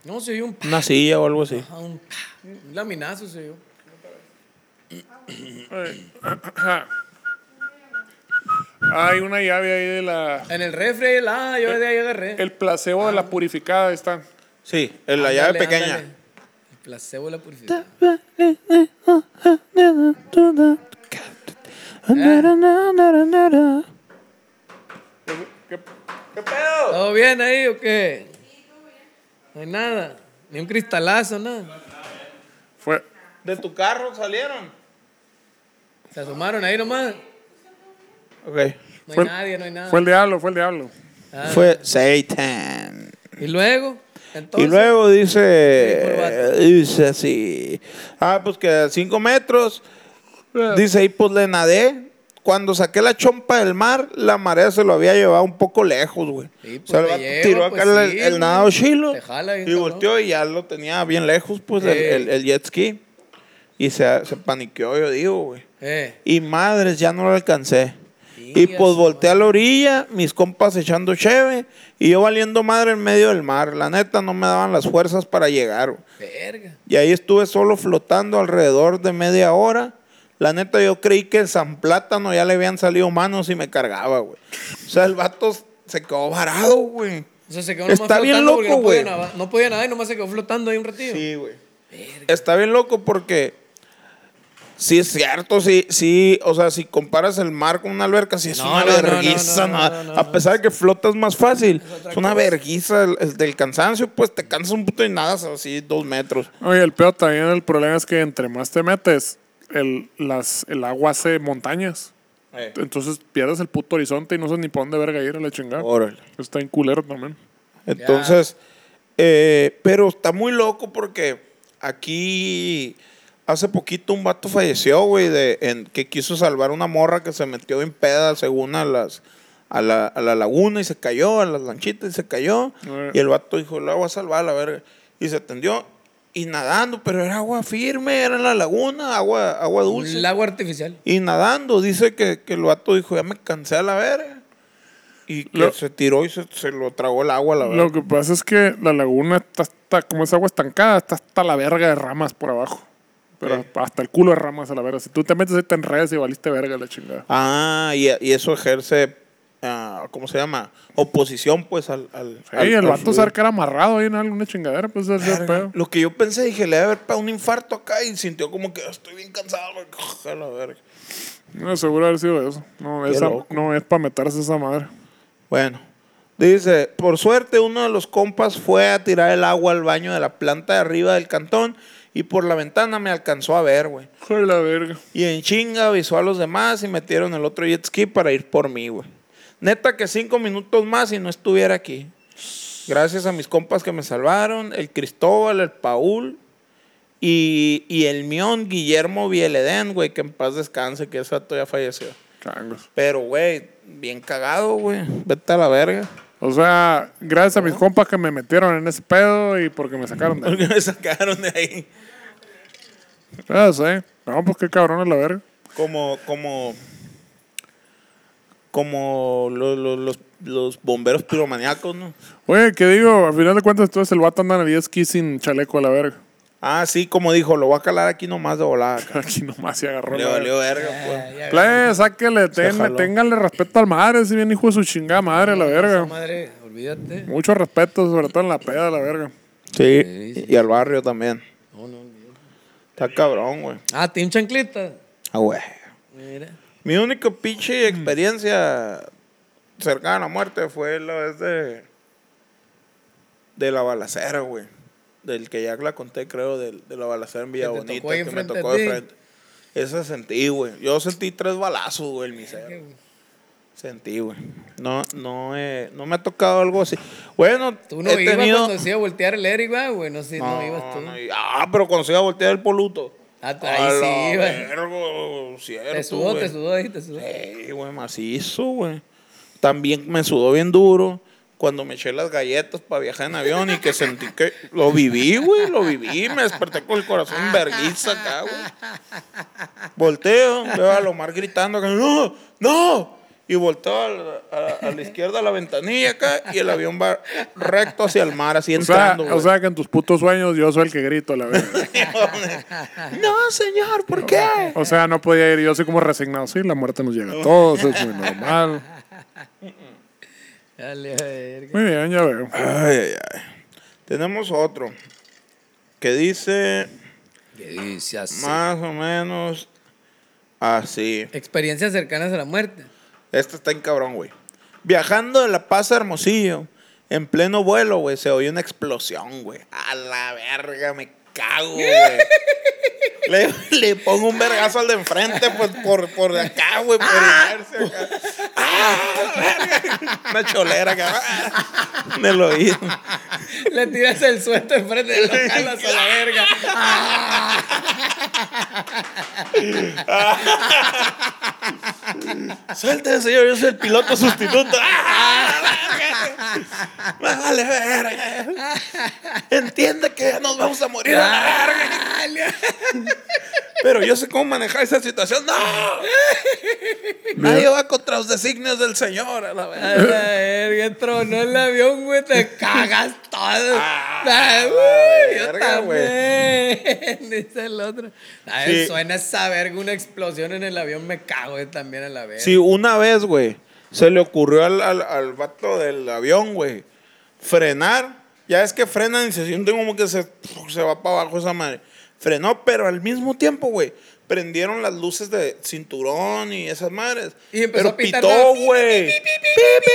[SPEAKER 3] No, se oyó un. pa-
[SPEAKER 2] una silla o algo así.
[SPEAKER 3] ah, un, pa- un laminazo se oyó.
[SPEAKER 1] Hay una llave ahí de la.
[SPEAKER 3] En el refri, la, yo de ahí agarré.
[SPEAKER 1] El placebo de la purificada está.
[SPEAKER 2] Sí, en la llave
[SPEAKER 3] Ándale,
[SPEAKER 2] pequeña.
[SPEAKER 3] ándale. El placebo de la purificación. ¿Todo bien ahí o qué? No hay nada. Ni un cristalazo, nada.
[SPEAKER 1] Fue.
[SPEAKER 2] ¿De tu carro salieron?
[SPEAKER 3] Se asomaron ahí nomás.
[SPEAKER 2] Ok.
[SPEAKER 3] No hay
[SPEAKER 1] Fue-
[SPEAKER 3] nadie, no hay nada.
[SPEAKER 1] Fue el diablo, fue el diablo.
[SPEAKER 3] Ah,
[SPEAKER 2] Fue Satan.
[SPEAKER 3] Y luego,
[SPEAKER 2] Y
[SPEAKER 3] entonces.
[SPEAKER 2] luego
[SPEAKER 3] Sí,
[SPEAKER 2] dice,
[SPEAKER 3] por
[SPEAKER 2] dice así, ah, pues que a cinco metros,
[SPEAKER 3] Eh.
[SPEAKER 2] dice, y pues le nadé. Cuando saqué la chompa del mar, la marea se lo había llevado un poco lejos, güey.
[SPEAKER 3] Sí, pues,
[SPEAKER 2] o sea, el
[SPEAKER 3] te
[SPEAKER 2] vato
[SPEAKER 3] lleva,
[SPEAKER 2] tiró
[SPEAKER 3] pues,
[SPEAKER 2] acá el,
[SPEAKER 3] sí,
[SPEAKER 2] el
[SPEAKER 3] güey.
[SPEAKER 2] nadado chilo
[SPEAKER 3] Te jala bien
[SPEAKER 2] y
[SPEAKER 3] cabrón.
[SPEAKER 2] volteó y ya lo tenía bien lejos, pues, el,
[SPEAKER 3] Eh.
[SPEAKER 2] el- el jet ski. Y se, se paniqueó, yo digo, güey.
[SPEAKER 3] Eh,
[SPEAKER 2] Y madres, ya no lo alcancé. Y
[SPEAKER 3] Chinga
[SPEAKER 2] pues
[SPEAKER 3] su
[SPEAKER 2] volteé a la orilla, mis compas echando cheve y yo valiendo madre en medio del mar. La neta no me daban las fuerzas para llegar. güey.
[SPEAKER 3] verga.
[SPEAKER 2] Y ahí estuve solo flotando alrededor de media hora. La neta yo creí que el San Plátano ya le habían salido manos y me cargaba, güey. O sea, el vato se quedó varado, güey.
[SPEAKER 3] O sea, se quedó nomás
[SPEAKER 2] Está bien
[SPEAKER 3] flotando porque
[SPEAKER 2] loco,
[SPEAKER 3] no podía
[SPEAKER 2] güey.
[SPEAKER 3] nada- No podía nadar y nomás se quedó flotando ahí un ratito.
[SPEAKER 2] Sí, güey. Está bien loco porque sí es cierto, sí, sí, o sea, si comparas el mar con una alberca, sí es
[SPEAKER 3] No,
[SPEAKER 2] una
[SPEAKER 3] no, no,
[SPEAKER 2] verguiza.
[SPEAKER 3] no, no,
[SPEAKER 2] na-
[SPEAKER 3] no, no, no.
[SPEAKER 2] a pesar de que flotas más fácil, es,
[SPEAKER 3] otra
[SPEAKER 2] una
[SPEAKER 3] cosa.
[SPEAKER 2] verguiza el, el del cansancio, pues te cansas un puto y nadas así dos metros.
[SPEAKER 1] Oye, el peor también, el problema es que entre más te metes, el, las, el agua hace montañas.
[SPEAKER 2] Eh.
[SPEAKER 1] Entonces pierdes el puto horizonte y no sabes ni para dónde verga ir a la chingada.
[SPEAKER 2] Órale.
[SPEAKER 1] Está en culero también.
[SPEAKER 2] Entonces, eh, pero está muy loco porque aquí hace poquito un vato falleció, güey, de, en, que quiso salvar una morra que se metió en peda según a las a la, a la laguna y se cayó, a las lanchitas y se cayó.
[SPEAKER 1] Eh.
[SPEAKER 2] Y el vato dijo, la voy a salvar, la verga. Y se tendió y nadando, pero era agua firme, era en la laguna, agua, agua dulce.
[SPEAKER 3] Un lago artificial.
[SPEAKER 2] Y nadando, dice que, que el vato dijo, ya me cansé a la verga. Y que
[SPEAKER 1] Lo-
[SPEAKER 2] se tiró y se, se lo tragó el agua a la verga.
[SPEAKER 1] Lo que pasa es que la laguna está, hasta- como es agua estancada, está hasta la verga de ramas por abajo. Pero hasta el culo de ramas a la verga. Si tú te metes ahí te enredas y valiste verga la chingada.
[SPEAKER 2] Ah, y, y eso ejerce, ah, ¿cómo se llama? Oposición, pues, al... al,
[SPEAKER 1] Sí,
[SPEAKER 2] al-
[SPEAKER 1] el
[SPEAKER 2] al
[SPEAKER 1] vato
[SPEAKER 2] fluido.
[SPEAKER 1] se era amarrado ahí en alguna chingadera, pues ese es el
[SPEAKER 2] Verga.
[SPEAKER 1] pedo.
[SPEAKER 2] Lo que yo pensé, dije, le debe haber pegado un infarto acá y sintió como que "Ah, estoy bien cansado. a la verga.
[SPEAKER 1] No, seguro haber sido eso. No, esa-
[SPEAKER 2] loco.
[SPEAKER 1] no es para meterse esa madre.
[SPEAKER 2] Bueno, dice, por suerte uno de los compas fue a tirar el agua al baño de la planta de arriba del cantón y por la ventana me alcanzó a ver, güey.
[SPEAKER 1] Hijo de la verga.
[SPEAKER 2] Y en chinga avisó a los demás y metieron el otro jet ski para ir por mí, güey. Neta que cinco minutos más y no estuviera aquí. Gracias a mis compas que me salvaron, el Cristóbal, el Paul y, y el mión Guillermo Bieledén, güey, que en paz descanse, que ese vato ya falleció.
[SPEAKER 1] Changos.
[SPEAKER 2] Pero, güey, bien cagado, güey. Vete a la verga.
[SPEAKER 1] O sea, gracias a mis compas que me metieron en ese pedo y porque me sacaron de ahí.
[SPEAKER 2] Porque me sacaron de ahí.
[SPEAKER 1] Ya sé. No, pues qué cabrón a la verga.
[SPEAKER 2] Como, como, como lo- lo- los, los bomberos piromaníacos, ¿no?
[SPEAKER 1] Oye, que digo, al final de cuentas, entonces el vato anda en el jet ski sin chaleco a la verga.
[SPEAKER 2] Ah, sí, como dijo, lo voy a calar aquí nomás de volada. acá.
[SPEAKER 1] Aquí nomás se agarró.
[SPEAKER 2] Le
[SPEAKER 1] la-
[SPEAKER 2] valió verga,
[SPEAKER 3] Ya,
[SPEAKER 2] pues.
[SPEAKER 3] ya,
[SPEAKER 1] Play, sáquele, ten-
[SPEAKER 2] jaló.
[SPEAKER 1] ténganle respeto al madre, si bien hijo de su chingada madre, a la
[SPEAKER 3] esa
[SPEAKER 1] verga.
[SPEAKER 3] madre, olvídate.
[SPEAKER 1] Mucho respeto, sobre todo en la peda, a la verga.
[SPEAKER 2] Sí, y al barrio también.
[SPEAKER 3] No, no, olvídate.
[SPEAKER 2] Está cabrón, güey.
[SPEAKER 3] Ah, Team Chanclita.
[SPEAKER 2] Ah, güey.
[SPEAKER 3] Mira.
[SPEAKER 2] Mi única pinche
[SPEAKER 3] Mm.
[SPEAKER 2] experiencia cercana a la muerte fue la vez de. de la balacera, güey. Del que ya la conté, creo, del- de, la balacera en Villa
[SPEAKER 3] te
[SPEAKER 2] Bonita,
[SPEAKER 3] tocó ahí
[SPEAKER 2] que me
[SPEAKER 3] enfrente
[SPEAKER 2] tocó
[SPEAKER 3] a
[SPEAKER 2] de
[SPEAKER 3] ti.
[SPEAKER 2] frente. Esa sentí, güey. Yo sentí tres balazos, güey, en mi ser. Sentí, güey. No, no, eh, no me ha tocado algo así. Bueno,
[SPEAKER 3] Tú no
[SPEAKER 2] he
[SPEAKER 3] ibas
[SPEAKER 2] tenido...
[SPEAKER 3] cuando se iba a voltear el Eric, va, güey. No, sé, no, ibas tú.
[SPEAKER 2] no, y- ah, pero cuando se iba a voltear el poluto.
[SPEAKER 3] Ah, tú-
[SPEAKER 2] A
[SPEAKER 3] ahí
[SPEAKER 2] la
[SPEAKER 3] sí, güey.
[SPEAKER 2] vergo, cierto,
[SPEAKER 3] Te sudó,
[SPEAKER 2] güey.
[SPEAKER 3] te sudó ahí, te sudó.
[SPEAKER 2] Sí, güey, macizo, güey. También me sudó bien duro cuando me eché las galletas para viajar en avión y que sentí que lo viví, güey, lo viví. Me desperté con el corazón vergüenza acá, güey. Volteo, veo a Lomar gritando, acá, no, no. Y volteo a la, a- a la izquierda de la ventanilla acá y el avión va recto hacia el mar, así
[SPEAKER 1] O sea,
[SPEAKER 2] entrando,
[SPEAKER 1] o
[SPEAKER 2] güey.
[SPEAKER 1] sea que en tus putos sueños yo soy el que grito, a la verga.
[SPEAKER 2] no, señor, ¿por qué?
[SPEAKER 1] O sea, no podía ir, yo soy como resignado. Sí, la muerte nos llega a todos, es muy normal.
[SPEAKER 3] Dale, verga.
[SPEAKER 1] Muy bien, ya veo.
[SPEAKER 2] Ay, ay, ay. Tenemos otro que dice
[SPEAKER 3] ¿Qué dice así?
[SPEAKER 2] más o menos así.
[SPEAKER 3] Experiencias cercanas a la muerte.
[SPEAKER 2] Este está en cabrón, güey. Viajando de La Paz a Hermosillo, en pleno vuelo, güey, se oye una explosión, güey. A la verga, me cago, güey. Le, le pongo un vergazo al de enfrente pues, por, por acá, güey, por inercia acá. ¡Ah, verga! Una cholera acá. ¡Ah! En el oído.
[SPEAKER 3] Le tiras el suelto enfrente de los calas a la verga.
[SPEAKER 2] Suéltese, señor, yo soy el piloto sustituto. ¡Ah, la verga! ¡Vale, verga! Entiende que ya nos vamos a morir a la verga. Pero yo sé cómo manejar esa situación. ¡No! Nadie va contra los designios del Señor, a la
[SPEAKER 3] A
[SPEAKER 2] verga.
[SPEAKER 3] la verga, tronó el avión, güey, te cagas todo.
[SPEAKER 2] Ah,
[SPEAKER 3] Ah,
[SPEAKER 2] la
[SPEAKER 3] uy, yo
[SPEAKER 2] verga,
[SPEAKER 3] también. Dice el otro. A ver,
[SPEAKER 2] Sí.
[SPEAKER 3] suena esa verga, una explosión en el avión, me cago yo también a la verga.
[SPEAKER 2] Sí, una vez, güey, se le ocurrió al, al, al vato del avión, güey, frenar. Ya es que frenan y se siente como que se, se va para abajo esa madre. Frenó, pero al mismo tiempo, güey, prendieron las luces de cinturón y esas madres.
[SPEAKER 3] Y empezó
[SPEAKER 2] pero
[SPEAKER 3] a pitar
[SPEAKER 2] pitó,
[SPEAKER 3] todo. Pi, pi,
[SPEAKER 2] güey.
[SPEAKER 3] pi, pi, pi,
[SPEAKER 2] Pi, pi, pi.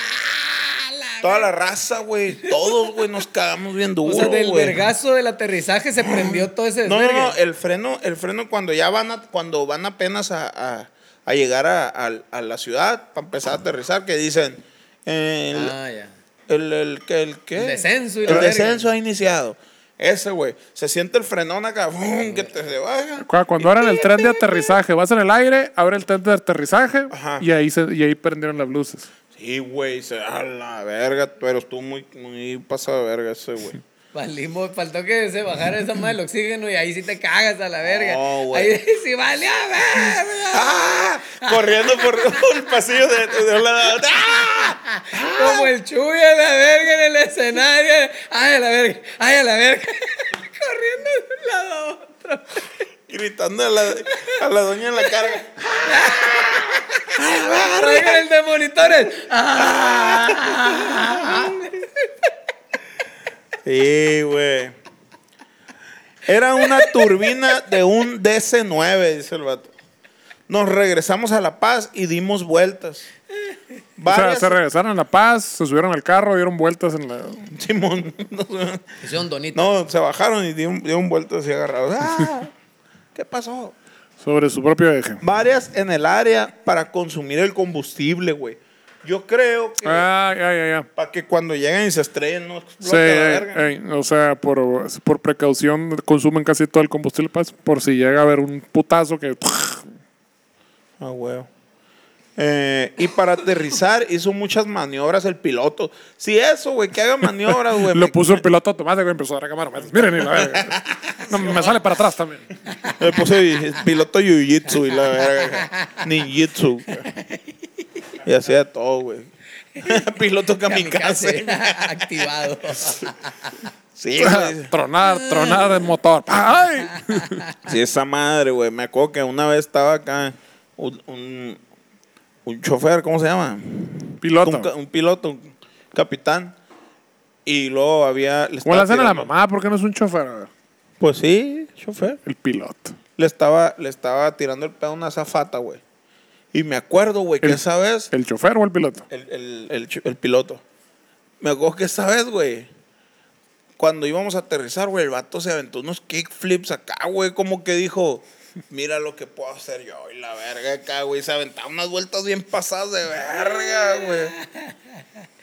[SPEAKER 3] Ah, la
[SPEAKER 2] Toda la raza, güey, todos, güey, nos cagamos bien
[SPEAKER 3] O
[SPEAKER 2] duro,
[SPEAKER 3] sea, del
[SPEAKER 2] güey.
[SPEAKER 3] vergazo del aterrizaje se prendió todo ese
[SPEAKER 2] No, no,
[SPEAKER 3] desvergue.
[SPEAKER 2] no, el freno, el freno cuando ya van a- cuando van apenas a, a- a llegar a, a- a la ciudad para empezar a aterrizar, que dicen el,
[SPEAKER 3] Ah, ya.
[SPEAKER 2] el, el, que- el qué?
[SPEAKER 3] El descenso y la
[SPEAKER 2] El
[SPEAKER 3] verga.
[SPEAKER 2] descenso ha iniciado. Ese güey, se siente el frenón acá, ¡fum! que te se baja.
[SPEAKER 1] Cu- Cuando abran el tren de aterrizaje, vas en el aire, abre el tren de aterrizaje
[SPEAKER 2] Ajá.
[SPEAKER 1] y ahí, se, y ahí prendieron las luces.
[SPEAKER 2] Sí, güey, se a la verga, pero estuvo muy, muy pasado de verga ese güey.
[SPEAKER 3] Valimos, faltó que se bajara esa madre del oxígeno y ahí sí te cagas a la verga.
[SPEAKER 2] No, güey.
[SPEAKER 3] ahí sí vale a verga.
[SPEAKER 2] ¡Ah! Corriendo por por el pasillo de, de un lado a otro. ¡Ah!
[SPEAKER 3] Como el Chuy a la verga en el escenario. Ay, a la verga, ay, a la verga. Corriendo de un lado a otro.
[SPEAKER 2] Gritando a la, a la doña en la carga.
[SPEAKER 3] Traigan el de monitores. Ah.
[SPEAKER 2] Sí, güey. Era una turbina de un DC9, dice el vato. Nos regresamos a La Paz y dimos vueltas.
[SPEAKER 1] O sea,
[SPEAKER 2] Varias,
[SPEAKER 1] se regresaron a La Paz, se subieron al carro, dieron vueltas en la...
[SPEAKER 2] Simón, no,
[SPEAKER 3] Hicieron donito.
[SPEAKER 2] no, se bajaron y dieron, dieron vueltas y agarrados. ¡Ah! ¿Qué pasó?
[SPEAKER 1] sobre su propio eje.
[SPEAKER 2] Varias en el área para consumir el combustible, güey. Yo creo que
[SPEAKER 1] Ah, ya, ya, ya.
[SPEAKER 2] para que cuando lleguen y se estrellen, no explote
[SPEAKER 1] Sí,
[SPEAKER 2] la
[SPEAKER 1] eh,
[SPEAKER 2] verga.
[SPEAKER 1] eh, o sea, por, por precaución consumen casi todo el combustible pues, por si llega a haber un putazo que...
[SPEAKER 2] Ah, huevo. Eh, y para aterrizar hizo muchas maniobras el piloto. Si eso, güey, que haga maniobras, güey.
[SPEAKER 1] Lo
[SPEAKER 2] me-
[SPEAKER 1] puso el piloto automático y empezó a reclamar. Miren, y la verga. No, me sale para atrás también.
[SPEAKER 2] Le puso y- el piloto jiu-jitsu y la verga. Ninjitsu. Y hacía de todo, güey. piloto kamikaze.
[SPEAKER 3] Kamikaze. Activado.
[SPEAKER 2] Sí, güey.
[SPEAKER 1] tronar, tronar el motor. ¡Ay!
[SPEAKER 2] Sí, esa madre, güey. Me acuerdo que una vez estaba acá un, un, un chofer, ¿cómo se llama? Un, ca-
[SPEAKER 1] Piloto.
[SPEAKER 2] un piloto, un capitán. Y luego había. le
[SPEAKER 1] Como la
[SPEAKER 2] estaba
[SPEAKER 1] hacen a la
[SPEAKER 2] tirando-
[SPEAKER 1] mamá, ¿por qué no es un chofer? A ver,
[SPEAKER 2] Pues sí, chofer.
[SPEAKER 1] El piloto.
[SPEAKER 2] Le estaba, le estaba tirando el pedo a una zafata, güey. Y me acuerdo, güey, que
[SPEAKER 1] El-
[SPEAKER 2] esa vez.
[SPEAKER 1] ¿El chofer o el
[SPEAKER 3] Eh,
[SPEAKER 1] piloto?
[SPEAKER 2] El, el- el ch- el piloto. Me acuerdo que esa vez, güey. Cuando íbamos a aterrizar, güey, el vato se aventó unos kickflips acá, güey. Como que dijo, mira lo que puedo hacer yo. Y la verga acá, güey. Se aventaba unas vueltas bien pasadas de verga, güey.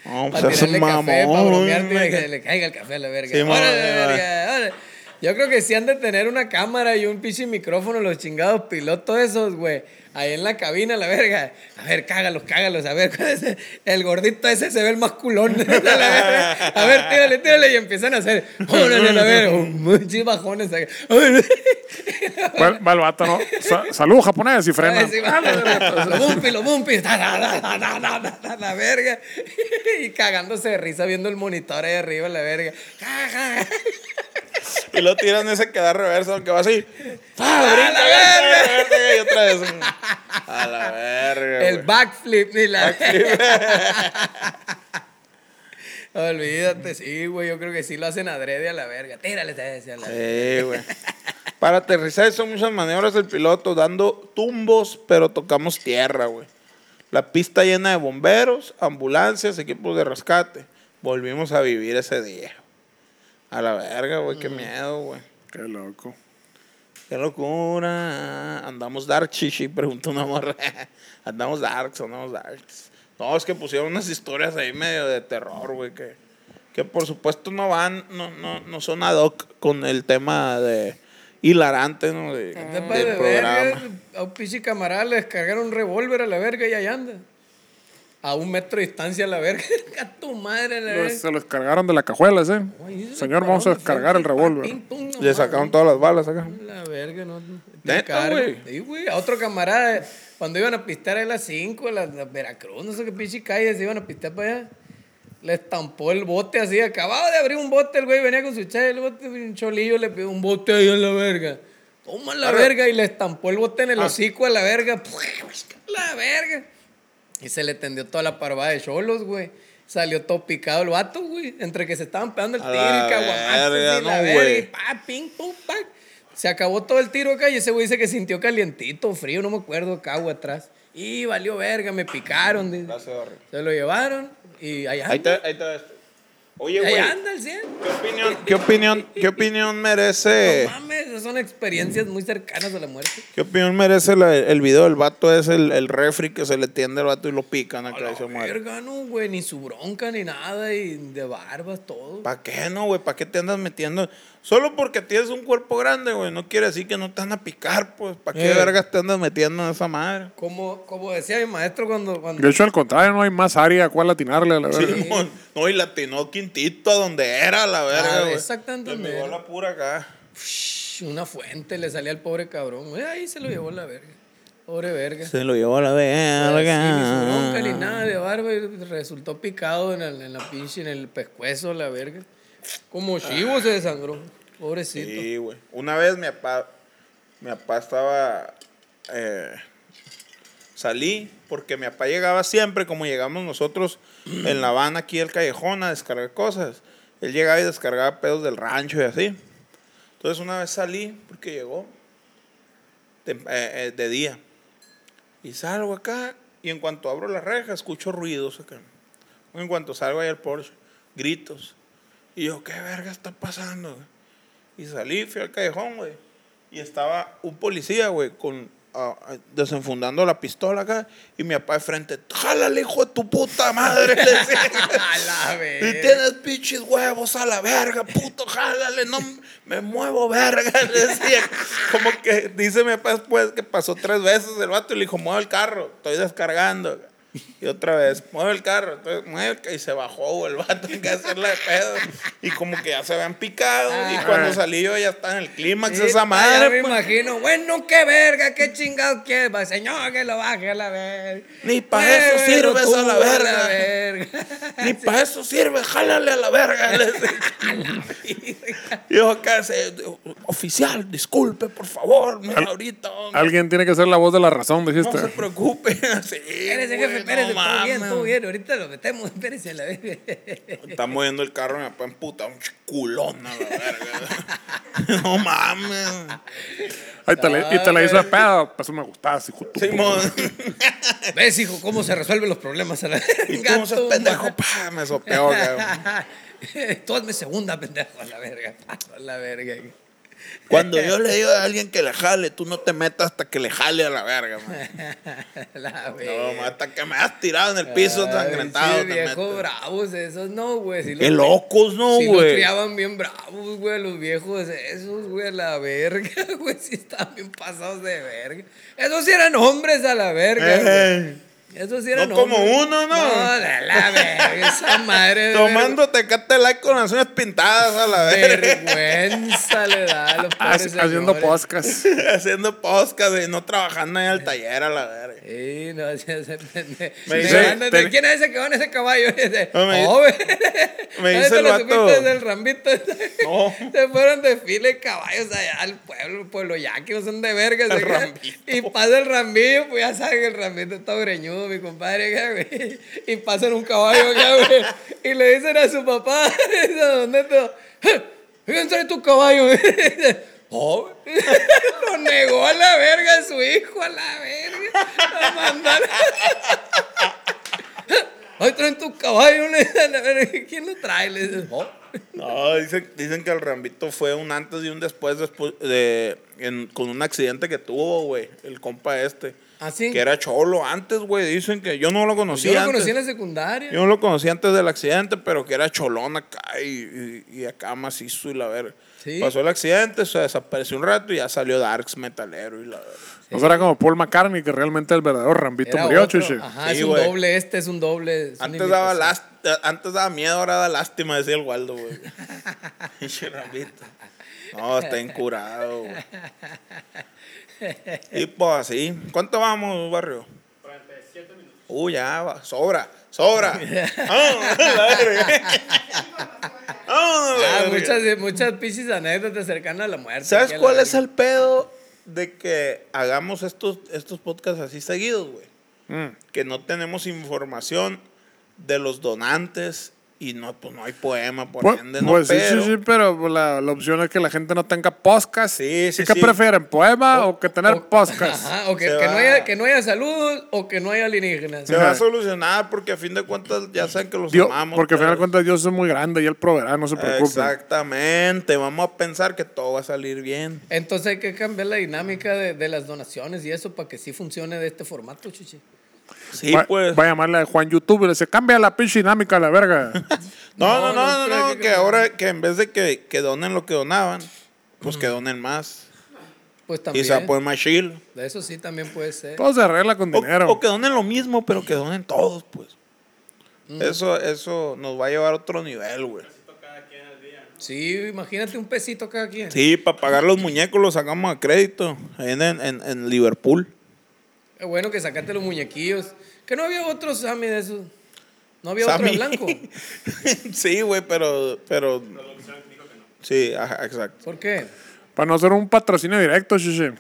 [SPEAKER 2] No,
[SPEAKER 3] Para
[SPEAKER 2] pues es un
[SPEAKER 3] tirarle
[SPEAKER 2] mamón.
[SPEAKER 3] café, para bromearte y
[SPEAKER 2] güey.
[SPEAKER 3] que le caiga el café a la verga.
[SPEAKER 2] Sí, mamá,
[SPEAKER 3] Órale,
[SPEAKER 2] ahí va.
[SPEAKER 3] verga, órale. Yo creo que sí han de tener una cámara y un pinche micrófono los chingados pilotos esos, güey. Ahí en la cabina, la verga. A ver, cágalos, cágalos. A ver, ¿cuál es el, el gordito ese se ve el más culón. la verga. A ver, tírale, tírale. Y empiezan a hacer, órale, la verga. Muchos bajones. acá. Órale.
[SPEAKER 1] Va, va el vato, ¿no? Sa- Salud, japonés, y frena. Ah, pues,
[SPEAKER 3] Sí, va.
[SPEAKER 1] eh.
[SPEAKER 3] Lo bumpi, lo bumpi. Ta, ta, ta, ta, ta, ta, ta, ta, La verga. Y cagándose de risa viendo el monitor ahí arriba, la verga. Ja, ja, ja.
[SPEAKER 2] Y lo tiran ese que da reversa, aunque va así. ¡Ah,
[SPEAKER 3] ¡A
[SPEAKER 2] brinca,
[SPEAKER 3] la
[SPEAKER 2] brinca, verga! Y otra vez. güey. A la verga,
[SPEAKER 3] El
[SPEAKER 2] güey.
[SPEAKER 3] backflip ni la Olvídate, sí, güey. Yo creo que sí lo hacen adrede a la verga. Tírale ese a la verga.
[SPEAKER 2] Sí, güey. Para aterrizar son muchas maniobras del piloto, dando tumbos, pero tocamos tierra, güey. La pista llena de bomberos, ambulancias, equipos de rescate. Volvimos a vivir ese día. A la verga, güey, qué miedo, güey.
[SPEAKER 1] Qué loco.
[SPEAKER 2] Qué locura. Andamos dark, chichi, preguntó una morra. Andamos darks, andamos darks. No, es que pusieron unas historias ahí medio de terror, güey, que, que por supuesto no van, no, no, no son ad hoc con el tema de hilarante, ¿no? De-
[SPEAKER 3] Entonces, para
[SPEAKER 2] del
[SPEAKER 3] la verga,
[SPEAKER 2] programa.
[SPEAKER 3] a un pinche camarada le descargaron un revólver a la verga y ahí anda. A un metro de distancia a la verga. A tu madre, la
[SPEAKER 1] Lo-
[SPEAKER 3] verga.
[SPEAKER 1] Se lo descargaron de la cajuela, ¿eh?
[SPEAKER 3] Güey, eso
[SPEAKER 1] Señor,
[SPEAKER 3] le
[SPEAKER 1] vamos a
[SPEAKER 3] paró de
[SPEAKER 1] descargar el
[SPEAKER 3] frente, pa,
[SPEAKER 1] revólver.
[SPEAKER 3] pim, pum, no
[SPEAKER 2] Le
[SPEAKER 3] mames.
[SPEAKER 2] sacaron todas las balas acá.
[SPEAKER 3] La verga, no.
[SPEAKER 2] Neta,
[SPEAKER 3] Carga.
[SPEAKER 2] güey.
[SPEAKER 3] Sí, güey. A otro camarada, cuando iban a pistear a las 5, a la, la Veracruz, no sé qué pinche calle, se iban a pistear para allá. Le estampó el bote así, acababa de abrir un bote, el güey venía con su chave, el bote, un cholillo, le pidió un bote ahí a la verga. Toma la verga y le estampó el bote
[SPEAKER 2] Ah.
[SPEAKER 3] en el hocico a la verga. La verga. Y se le tendió toda la parvada de cholos, güey. Salió todo picado el vato, güey. Entre que se estaban pegando el
[SPEAKER 2] A
[SPEAKER 3] tiro y
[SPEAKER 2] la
[SPEAKER 3] caguamazos
[SPEAKER 2] verga,
[SPEAKER 3] y la
[SPEAKER 2] no,
[SPEAKER 3] verga. y
[SPEAKER 2] güey.
[SPEAKER 3] pa, ping, pum, pac. Se acabó todo el tiro acá y ese güey dice que sintió calientito, frío, no me acuerdo, acá o atrás. Y valió verga, me picaron. dice.
[SPEAKER 2] Gracias, Barry.
[SPEAKER 3] Se lo llevaron y allá
[SPEAKER 2] Ahí
[SPEAKER 3] anda.
[SPEAKER 2] está, ahí está este. Oye,
[SPEAKER 3] ahí
[SPEAKER 2] güey,
[SPEAKER 3] anda el 100.
[SPEAKER 2] ¿qué opinión, qué opinión, qué opinión merece?
[SPEAKER 3] No mames, esas son experiencias muy cercanas a la muerte.
[SPEAKER 2] ¿Qué opinión merece la- el video del vato? Es el, el refri que se le tiende al vato y lo pican
[SPEAKER 3] A
[SPEAKER 2] acá. y se
[SPEAKER 3] la
[SPEAKER 2] muere.
[SPEAKER 3] verga, no, güey, ni su bronca ni nada y de barbas, todo.
[SPEAKER 2] ¿Para qué no, güey? ¿Para qué te andas metiendo? Solo porque tienes un cuerpo grande, güey, no quiere decir que no te van a picar, pues. ¿Para qué
[SPEAKER 3] Eh.
[SPEAKER 2] vergas te andas metiendo en esa madre?
[SPEAKER 3] Como, como decía mi maestro cuando... cuando
[SPEAKER 1] De hecho, al contrario, no hay más área a cual atinarle a la verga.
[SPEAKER 2] Sí, mon. no, y latinó quintito a donde era, la verga,
[SPEAKER 3] Ah,
[SPEAKER 2] güey.
[SPEAKER 3] exactamente
[SPEAKER 2] Le
[SPEAKER 3] donde
[SPEAKER 2] pegó
[SPEAKER 3] era.
[SPEAKER 2] la pura acá.
[SPEAKER 3] Shhh, Una fuente le salía al pobre cabrón. güey, Ahí se lo llevó la verga. Pobre verga.
[SPEAKER 2] Se lo llevó a la
[SPEAKER 3] Sí, ni su bronca ni
[SPEAKER 2] verga.
[SPEAKER 3] nada de barba. y Resultó picado en, el- en la pinche, en el pescuezo, la verga. Como chivo se desangró. Pobrecito.
[SPEAKER 2] Sí, güey. Una vez mi papá, mi papá estaba, eh, salí porque mi papá llegaba siempre, como llegamos nosotros en La Habana, aquí al callejón, a descargar cosas. Él llegaba y descargaba pedos del rancho y así. Entonces una vez salí porque llegó tem- eh, eh, de día. Y salgo acá y en cuanto abro la reja escucho ruidos acá. En cuanto salgo ahí al Porsche, gritos. Y yo, ¿qué verga está pasando? güey?" Y salí, fui al callejón, güey. Y estaba un policía, güey, con, ah, ah, desenfundando la pistola acá. Y mi papá de frente, jálale, hijo de tu puta madre. le decía.
[SPEAKER 3] A la
[SPEAKER 2] Y
[SPEAKER 3] verga.
[SPEAKER 2] tienes pinches huevos a la verga, puto, jálale, no m- me muevo, verga. Le decía, como que dice mi papá después que pasó tres veces el vato y le dijo, mueve el carro, estoy descargando. Y otra vez, mueve el carro, entonces mueve el ca- y se bajó, güey, el vato que hacerle de pedo. Y como que ya se habían picado. y cuando salí yo ya estaba en el clímax
[SPEAKER 3] Sí,
[SPEAKER 2] esa
[SPEAKER 3] pa, Ah, ya
[SPEAKER 2] madre.
[SPEAKER 3] me
[SPEAKER 2] pues.
[SPEAKER 3] imagino, bueno, qué verga, qué chingado quieres, va, señor, que lo baje a la verga.
[SPEAKER 2] Ni pa' eso
[SPEAKER 3] Bueno,
[SPEAKER 2] sirves
[SPEAKER 3] tú,
[SPEAKER 2] a la verga.
[SPEAKER 3] verga.
[SPEAKER 2] pues, Ni para eso sirve, jálale a la verga. le decía. Y yo acá, se- oficial, disculpe, por favor, mira, ahorita.
[SPEAKER 1] Alguien tiene que ser la voz de la razón, dijiste.
[SPEAKER 2] No se preocupe. Sí,
[SPEAKER 3] Espérese,
[SPEAKER 2] güey,
[SPEAKER 3] jefe,
[SPEAKER 2] no
[SPEAKER 3] espérese, todo bien,
[SPEAKER 2] mames.
[SPEAKER 3] todo bien, ahorita lo metemos, espérese a la verga.
[SPEAKER 2] Está moviendo el carro y me papá emputa un culón a la verga. no mames.
[SPEAKER 1] Ahí te la- y te la hizo de pedo. Pues eso me gustaba, hijo de tu puta.
[SPEAKER 2] Simón.
[SPEAKER 3] ¿Ves, hijo, cómo se resuelven los problemas a la verga?
[SPEAKER 2] Y tú no seas
[SPEAKER 3] tú,
[SPEAKER 2] pendejo, pa, me sopeó, cabrón.
[SPEAKER 3] Tú hazme segunda, pendejo, a la verga, a la verga.
[SPEAKER 2] Cuando yo le digo a alguien que le jale, tú no te metas hasta que le jale a la verga, man.
[SPEAKER 3] La verga.
[SPEAKER 2] No, ma, hasta que me has tirado en el piso
[SPEAKER 3] Ay,
[SPEAKER 2] sangrentado.
[SPEAKER 3] Sí,
[SPEAKER 2] te
[SPEAKER 3] viejos
[SPEAKER 2] metes.
[SPEAKER 3] bravos esos, no, güey. Sí los-
[SPEAKER 2] Qué locos, ¿no,
[SPEAKER 3] Sí los
[SPEAKER 2] güey?
[SPEAKER 3] criaban bien bravos, güey, los viejos esos, güey, a la verga, güey. Sí estaban bien pasados de verga. Esos sí eran hombres a la verga, güey.
[SPEAKER 2] Eh,
[SPEAKER 3] Esos sí eran
[SPEAKER 2] No como
[SPEAKER 3] hombres.
[SPEAKER 2] uno, ¿no?
[SPEAKER 3] No, la, la verga, esa madre.
[SPEAKER 2] tomando tecate light con las uñas pintadas a la
[SPEAKER 3] ver-
[SPEAKER 2] verga.
[SPEAKER 3] Vergüenza le da a los
[SPEAKER 1] Ha-
[SPEAKER 3] pobres
[SPEAKER 1] Ah, Haciendo
[SPEAKER 3] señores.
[SPEAKER 1] podcast.
[SPEAKER 2] Haciendo podcast y no trabajando en el taller a la verga.
[SPEAKER 3] Sí, no, sí, ese pende-
[SPEAKER 2] Me
[SPEAKER 3] Me
[SPEAKER 2] dice-
[SPEAKER 3] mandan de-
[SPEAKER 1] te-
[SPEAKER 3] ¿Quién es ese que va en ese caballo? Ese,
[SPEAKER 2] No, me-
[SPEAKER 3] "Joven".
[SPEAKER 2] me
[SPEAKER 3] Ah,
[SPEAKER 2] dice
[SPEAKER 3] te
[SPEAKER 2] el
[SPEAKER 3] lo
[SPEAKER 2] vato.
[SPEAKER 3] supiste desde el rambito.
[SPEAKER 2] No.
[SPEAKER 3] Se fueron de fila de caballos allá al pueblo, pueblo ya que no son de verga. se quedan.
[SPEAKER 2] rambito.
[SPEAKER 3] Y pasa el rambillo, pues ya saben que el rambito está greñudo, mi compadre. acá, güey. Y pasan un caballo acá, güey. Y le dicen a su papá, dice, "Don Neto, "Eh, fíjense en tu caballo. Dice, "Oh". Lo negó a la verga a su hijo, a la verga. Lo mandaron. Ahí traen tu caballo, le dicen, "A la verga, ¿quién lo trae? Le dicen, "Oh".
[SPEAKER 2] No, dicen, dicen que el Rambito fue un antes y un después, despu- de, en- con un accidente que tuvo, güey, el compa este.
[SPEAKER 3] ¿Ah, sí?
[SPEAKER 2] Que era cholo antes, güey. Dicen que yo no lo conocí
[SPEAKER 3] Yo lo
[SPEAKER 2] antes.
[SPEAKER 3] conocí en la secundaria.
[SPEAKER 2] Yo no lo conocí antes del accidente, pero que era cholón acá y, y- y acá macizo y la verga.
[SPEAKER 3] Sí.
[SPEAKER 2] Pasó el accidente, se desapareció un rato y ya salió Darks Metalero y la verga.
[SPEAKER 1] No será como Paul McCartney, que realmente el verdadero Rambito
[SPEAKER 3] Era
[SPEAKER 1] murió,
[SPEAKER 3] otro.
[SPEAKER 1] chiche.
[SPEAKER 3] Ajá,
[SPEAKER 2] Sí,
[SPEAKER 3] es un
[SPEAKER 2] güey.
[SPEAKER 3] doble este, es un doble. es una
[SPEAKER 2] Antes daba,
[SPEAKER 3] imitación.
[SPEAKER 2] lás- antes daba miedo, ahora da lástima, decía el Waldo, güey. Pinche Rambito. No, está incurado, güey. Y pues así. ¿Cuánto vamos, barrio? 47 minutos. Uy, ya, va. sobra, sobra. Vámonos, la verga. Vámonos, la
[SPEAKER 3] Ah,
[SPEAKER 2] verga.
[SPEAKER 3] muchas, muchas pichis anécdotas cercanas a la muerte.
[SPEAKER 2] ¿Sabes
[SPEAKER 3] aquí a la
[SPEAKER 2] cuál es
[SPEAKER 3] verga.
[SPEAKER 2] el pedo de que hagamos estos, estos podcasts así seguidos, güey?
[SPEAKER 1] Mm.
[SPEAKER 2] Que no tenemos información de los donantes y no, pues no hay poema, por
[SPEAKER 1] Pues,
[SPEAKER 2] ende, no
[SPEAKER 1] pues sí,
[SPEAKER 2] pero-
[SPEAKER 1] sí, sí, pero la, la opción es que la gente no tenga podcast.
[SPEAKER 2] Sí, sí,
[SPEAKER 1] ¿Y ¿Qué
[SPEAKER 2] sí.
[SPEAKER 1] prefieren, poema o, que tener
[SPEAKER 3] o-
[SPEAKER 1] podcast?
[SPEAKER 3] Ajá, o que,
[SPEAKER 2] Se
[SPEAKER 3] que
[SPEAKER 2] va.
[SPEAKER 3] no haya, que no haya saludos o que no haya alienígenas.
[SPEAKER 2] Se va a
[SPEAKER 1] Ajá.
[SPEAKER 2] solucionar porque a fin de cuentas ya saben que los
[SPEAKER 1] Dios-
[SPEAKER 2] amamos.
[SPEAKER 1] porque al final de
[SPEAKER 2] pero-
[SPEAKER 1] cuentas Dios es muy grande y Él proveerá, no se preocupen.
[SPEAKER 2] Exactamente, vamos a pensar que todo va a salir bien.
[SPEAKER 3] Entonces hay que cambiar la dinámica de, de las donaciones y eso para que sí funcione de este formato, chichi.
[SPEAKER 2] Sí,
[SPEAKER 1] va,
[SPEAKER 2] pues.
[SPEAKER 1] va a llamarle a Juan YouTube y le dice, cambia la pinche dinámica a la verga.
[SPEAKER 2] No, no, no,
[SPEAKER 3] No,
[SPEAKER 2] no,
[SPEAKER 3] no, creo
[SPEAKER 2] no,
[SPEAKER 3] que-
[SPEAKER 2] que ahora que en vez de que, que donen lo que donaban, pues que donen más.
[SPEAKER 3] Pues también.
[SPEAKER 2] Quizá pues más chill.
[SPEAKER 3] De eso sí también puede ser.
[SPEAKER 1] Todo se arregla con
[SPEAKER 2] O,
[SPEAKER 1] dinero.
[SPEAKER 2] o que donen lo mismo, pero que donen todos, pues.
[SPEAKER 3] Mm.
[SPEAKER 2] Eso, eso nos va a llevar a otro nivel, güey.
[SPEAKER 3] Sí, imagínate un pesito cada quien.
[SPEAKER 2] Sí, para pagar los muñecos los sacamos a crédito. ahí En, en, en Liverpool.
[SPEAKER 3] Qué bueno que sacaste los muñequillos. Que no había otro Sammy de esos. No había
[SPEAKER 2] Sammy.
[SPEAKER 3] otro de blanco.
[SPEAKER 2] sí, güey, pero. pero... Sí, ajá, exacto.
[SPEAKER 3] ¿Por qué?
[SPEAKER 1] Para no hacer un patrocinio directo, chiche.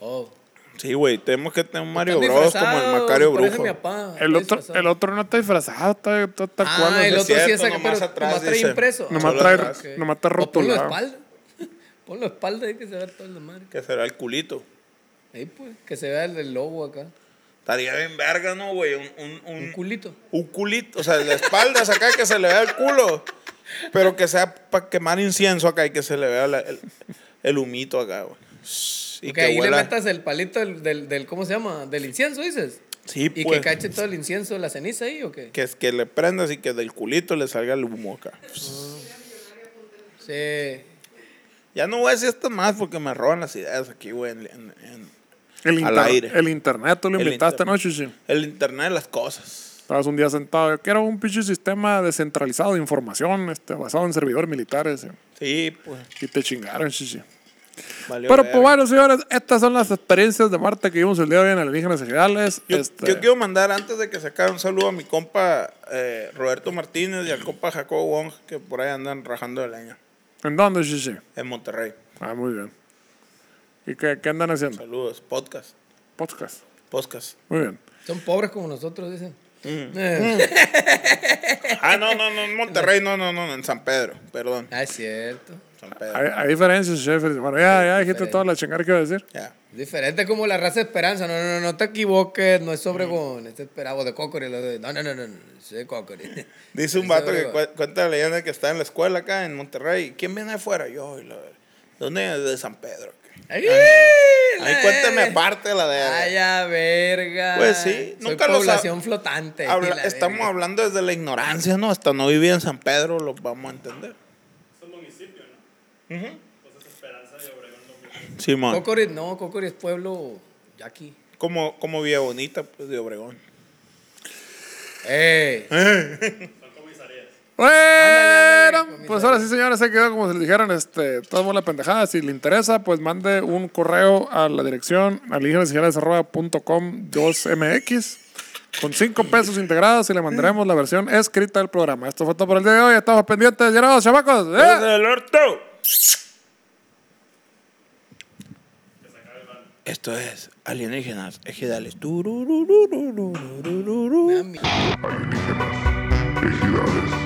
[SPEAKER 3] Oh.
[SPEAKER 2] Sí, güey, tenemos que tener un Mario
[SPEAKER 3] Están
[SPEAKER 2] Bros como el
[SPEAKER 3] disfrazados,
[SPEAKER 2] Macario
[SPEAKER 3] parece
[SPEAKER 2] Brujo.
[SPEAKER 3] mi papá.
[SPEAKER 1] El otro,
[SPEAKER 3] Disfrazado.
[SPEAKER 1] el otro no está disfrazado, está, está, está
[SPEAKER 3] Ah,
[SPEAKER 1] cual, así.
[SPEAKER 3] el otro sí
[SPEAKER 2] cierto,
[SPEAKER 3] es acá,
[SPEAKER 2] nomás
[SPEAKER 3] pero
[SPEAKER 2] atrás
[SPEAKER 3] nomás trae
[SPEAKER 2] dice.
[SPEAKER 3] impreso.
[SPEAKER 1] Nomás
[SPEAKER 3] Ah,
[SPEAKER 1] trae-
[SPEAKER 3] ok.
[SPEAKER 1] nomás está
[SPEAKER 3] O Ponlo de
[SPEAKER 1] rotulado.
[SPEAKER 3] espalda. Ponlo de espalda ahí que se vea todo el madre.
[SPEAKER 2] Que será el culito.
[SPEAKER 3] Ahí pues, que se vea el del lobo acá.
[SPEAKER 2] Estaría bien verga, ¿no, güey? Un, un, un-
[SPEAKER 3] Un culito.
[SPEAKER 2] un culito, o sea, de espaldas acá que se le vea el culo, pero que sea para quemar incienso acá y que se le vea la- el, el humito acá, güey. Y
[SPEAKER 3] Y que,
[SPEAKER 2] que
[SPEAKER 3] ahí
[SPEAKER 2] huela.
[SPEAKER 3] le metas el palito del, del, del- ¿cómo se llama? Del incienso, dices.
[SPEAKER 2] Sí,
[SPEAKER 3] Y
[SPEAKER 2] pues.
[SPEAKER 3] que cache todo el incienso, la ceniza ahí o qué?
[SPEAKER 2] Que, es- que le prendas y que del culito le salga el humo acá.
[SPEAKER 3] Sí.
[SPEAKER 2] Ya no voy a decir esto más porque me roban las ideas aquí, güey, en, en- en-
[SPEAKER 1] El,
[SPEAKER 2] Al
[SPEAKER 1] inter-
[SPEAKER 2] aire.
[SPEAKER 1] el internet, tú lo
[SPEAKER 2] El
[SPEAKER 1] inventaste,
[SPEAKER 2] internet.
[SPEAKER 1] ¿no, Chichi?
[SPEAKER 2] El internet de las cosas.
[SPEAKER 1] Estabas un día sentado. Yo quiero un pinche sistema descentralizado de información este, basado en servidores militares. eh.
[SPEAKER 2] Sí, pues.
[SPEAKER 1] Y te chingaron, Chichi.
[SPEAKER 2] valió
[SPEAKER 1] Pero
[SPEAKER 2] verga.
[SPEAKER 1] pues bueno, señores, estas son las experiencias de Marte que vimos el día de hoy en Alienígenas Generales.
[SPEAKER 2] Yo,
[SPEAKER 1] Este,
[SPEAKER 2] yo quiero mandar antes de que se acabe un saludo a mi compa eh, Roberto Martínez y al compa Jacobo Wong, que por ahí andan rajando de leña
[SPEAKER 1] ¿En dónde, Chichi?
[SPEAKER 2] en Monterrey.
[SPEAKER 1] Ah, muy bien. ¿Y qué, qué andan haciendo?
[SPEAKER 2] Saludos, podcast.
[SPEAKER 1] Podcast.
[SPEAKER 2] Podcast.
[SPEAKER 1] Muy bien.
[SPEAKER 3] Son pobres como nosotros, dicen.
[SPEAKER 2] Ah, no, no, no, en Monterrey, no, no, no, en San Pedro, perdón.
[SPEAKER 3] Ah, es cierto.
[SPEAKER 2] San Pedro.
[SPEAKER 1] Hay, hay diferencias, Chichi. Bueno, ya, ya dijiste toda la chingada que iba a decir.
[SPEAKER 2] Ya.
[SPEAKER 3] Diferente como la raza Esperanza. No, no, no, no te equivoques. No es Obregón. Este esperado de Cocory. lo de- No, no, no, no. no, Es de Cocory.
[SPEAKER 2] Dice un
[SPEAKER 3] Es
[SPEAKER 2] vato que
[SPEAKER 3] Obregón.
[SPEAKER 2] cua- cuenta la leyenda que está en la escuela acá en Monterrey. ¿Quién viene de afuera? Yo, y la verga. ¿dónde? De San Pedro.
[SPEAKER 3] ¡Ay,
[SPEAKER 2] Ahí
[SPEAKER 3] la-
[SPEAKER 2] cuéntame aparte la de.
[SPEAKER 3] Ay, a verga.
[SPEAKER 2] Pues sí,
[SPEAKER 3] Soy
[SPEAKER 2] nunca lo sab-
[SPEAKER 3] población flotante.
[SPEAKER 2] Habla-
[SPEAKER 3] y la
[SPEAKER 2] estamos
[SPEAKER 3] verga.
[SPEAKER 2] hablando desde la ignorancia, ¿no? Hasta no vivir en San Pedro lo vamos a entender. Es un municipio, ¿no? Simón,
[SPEAKER 3] Cocorit no, Cocorit es pueblo yaqui.
[SPEAKER 2] como, como Villa Bonita pues, de Obregón.
[SPEAKER 3] ¡Ey!
[SPEAKER 2] Eh.
[SPEAKER 1] Bueno,
[SPEAKER 3] ándale,
[SPEAKER 1] pues ahora sí, señores, se quedó como se les dijeron, este, toda la pendejada. Si le interesa, pues mande un correo a la dirección alienígenaseñales.com 2mx con cinco pesos integrados y le mandaremos la versión escrita del programa. Esto fue todo por el día de hoy. Estamos pendientes, llenados, chamacos. ¿eh?
[SPEAKER 2] ¡Desde el orto! Esto es Alienígenas Ejidales. Tururururururururu.
[SPEAKER 3] Me da miedo.
[SPEAKER 4] Ejidales.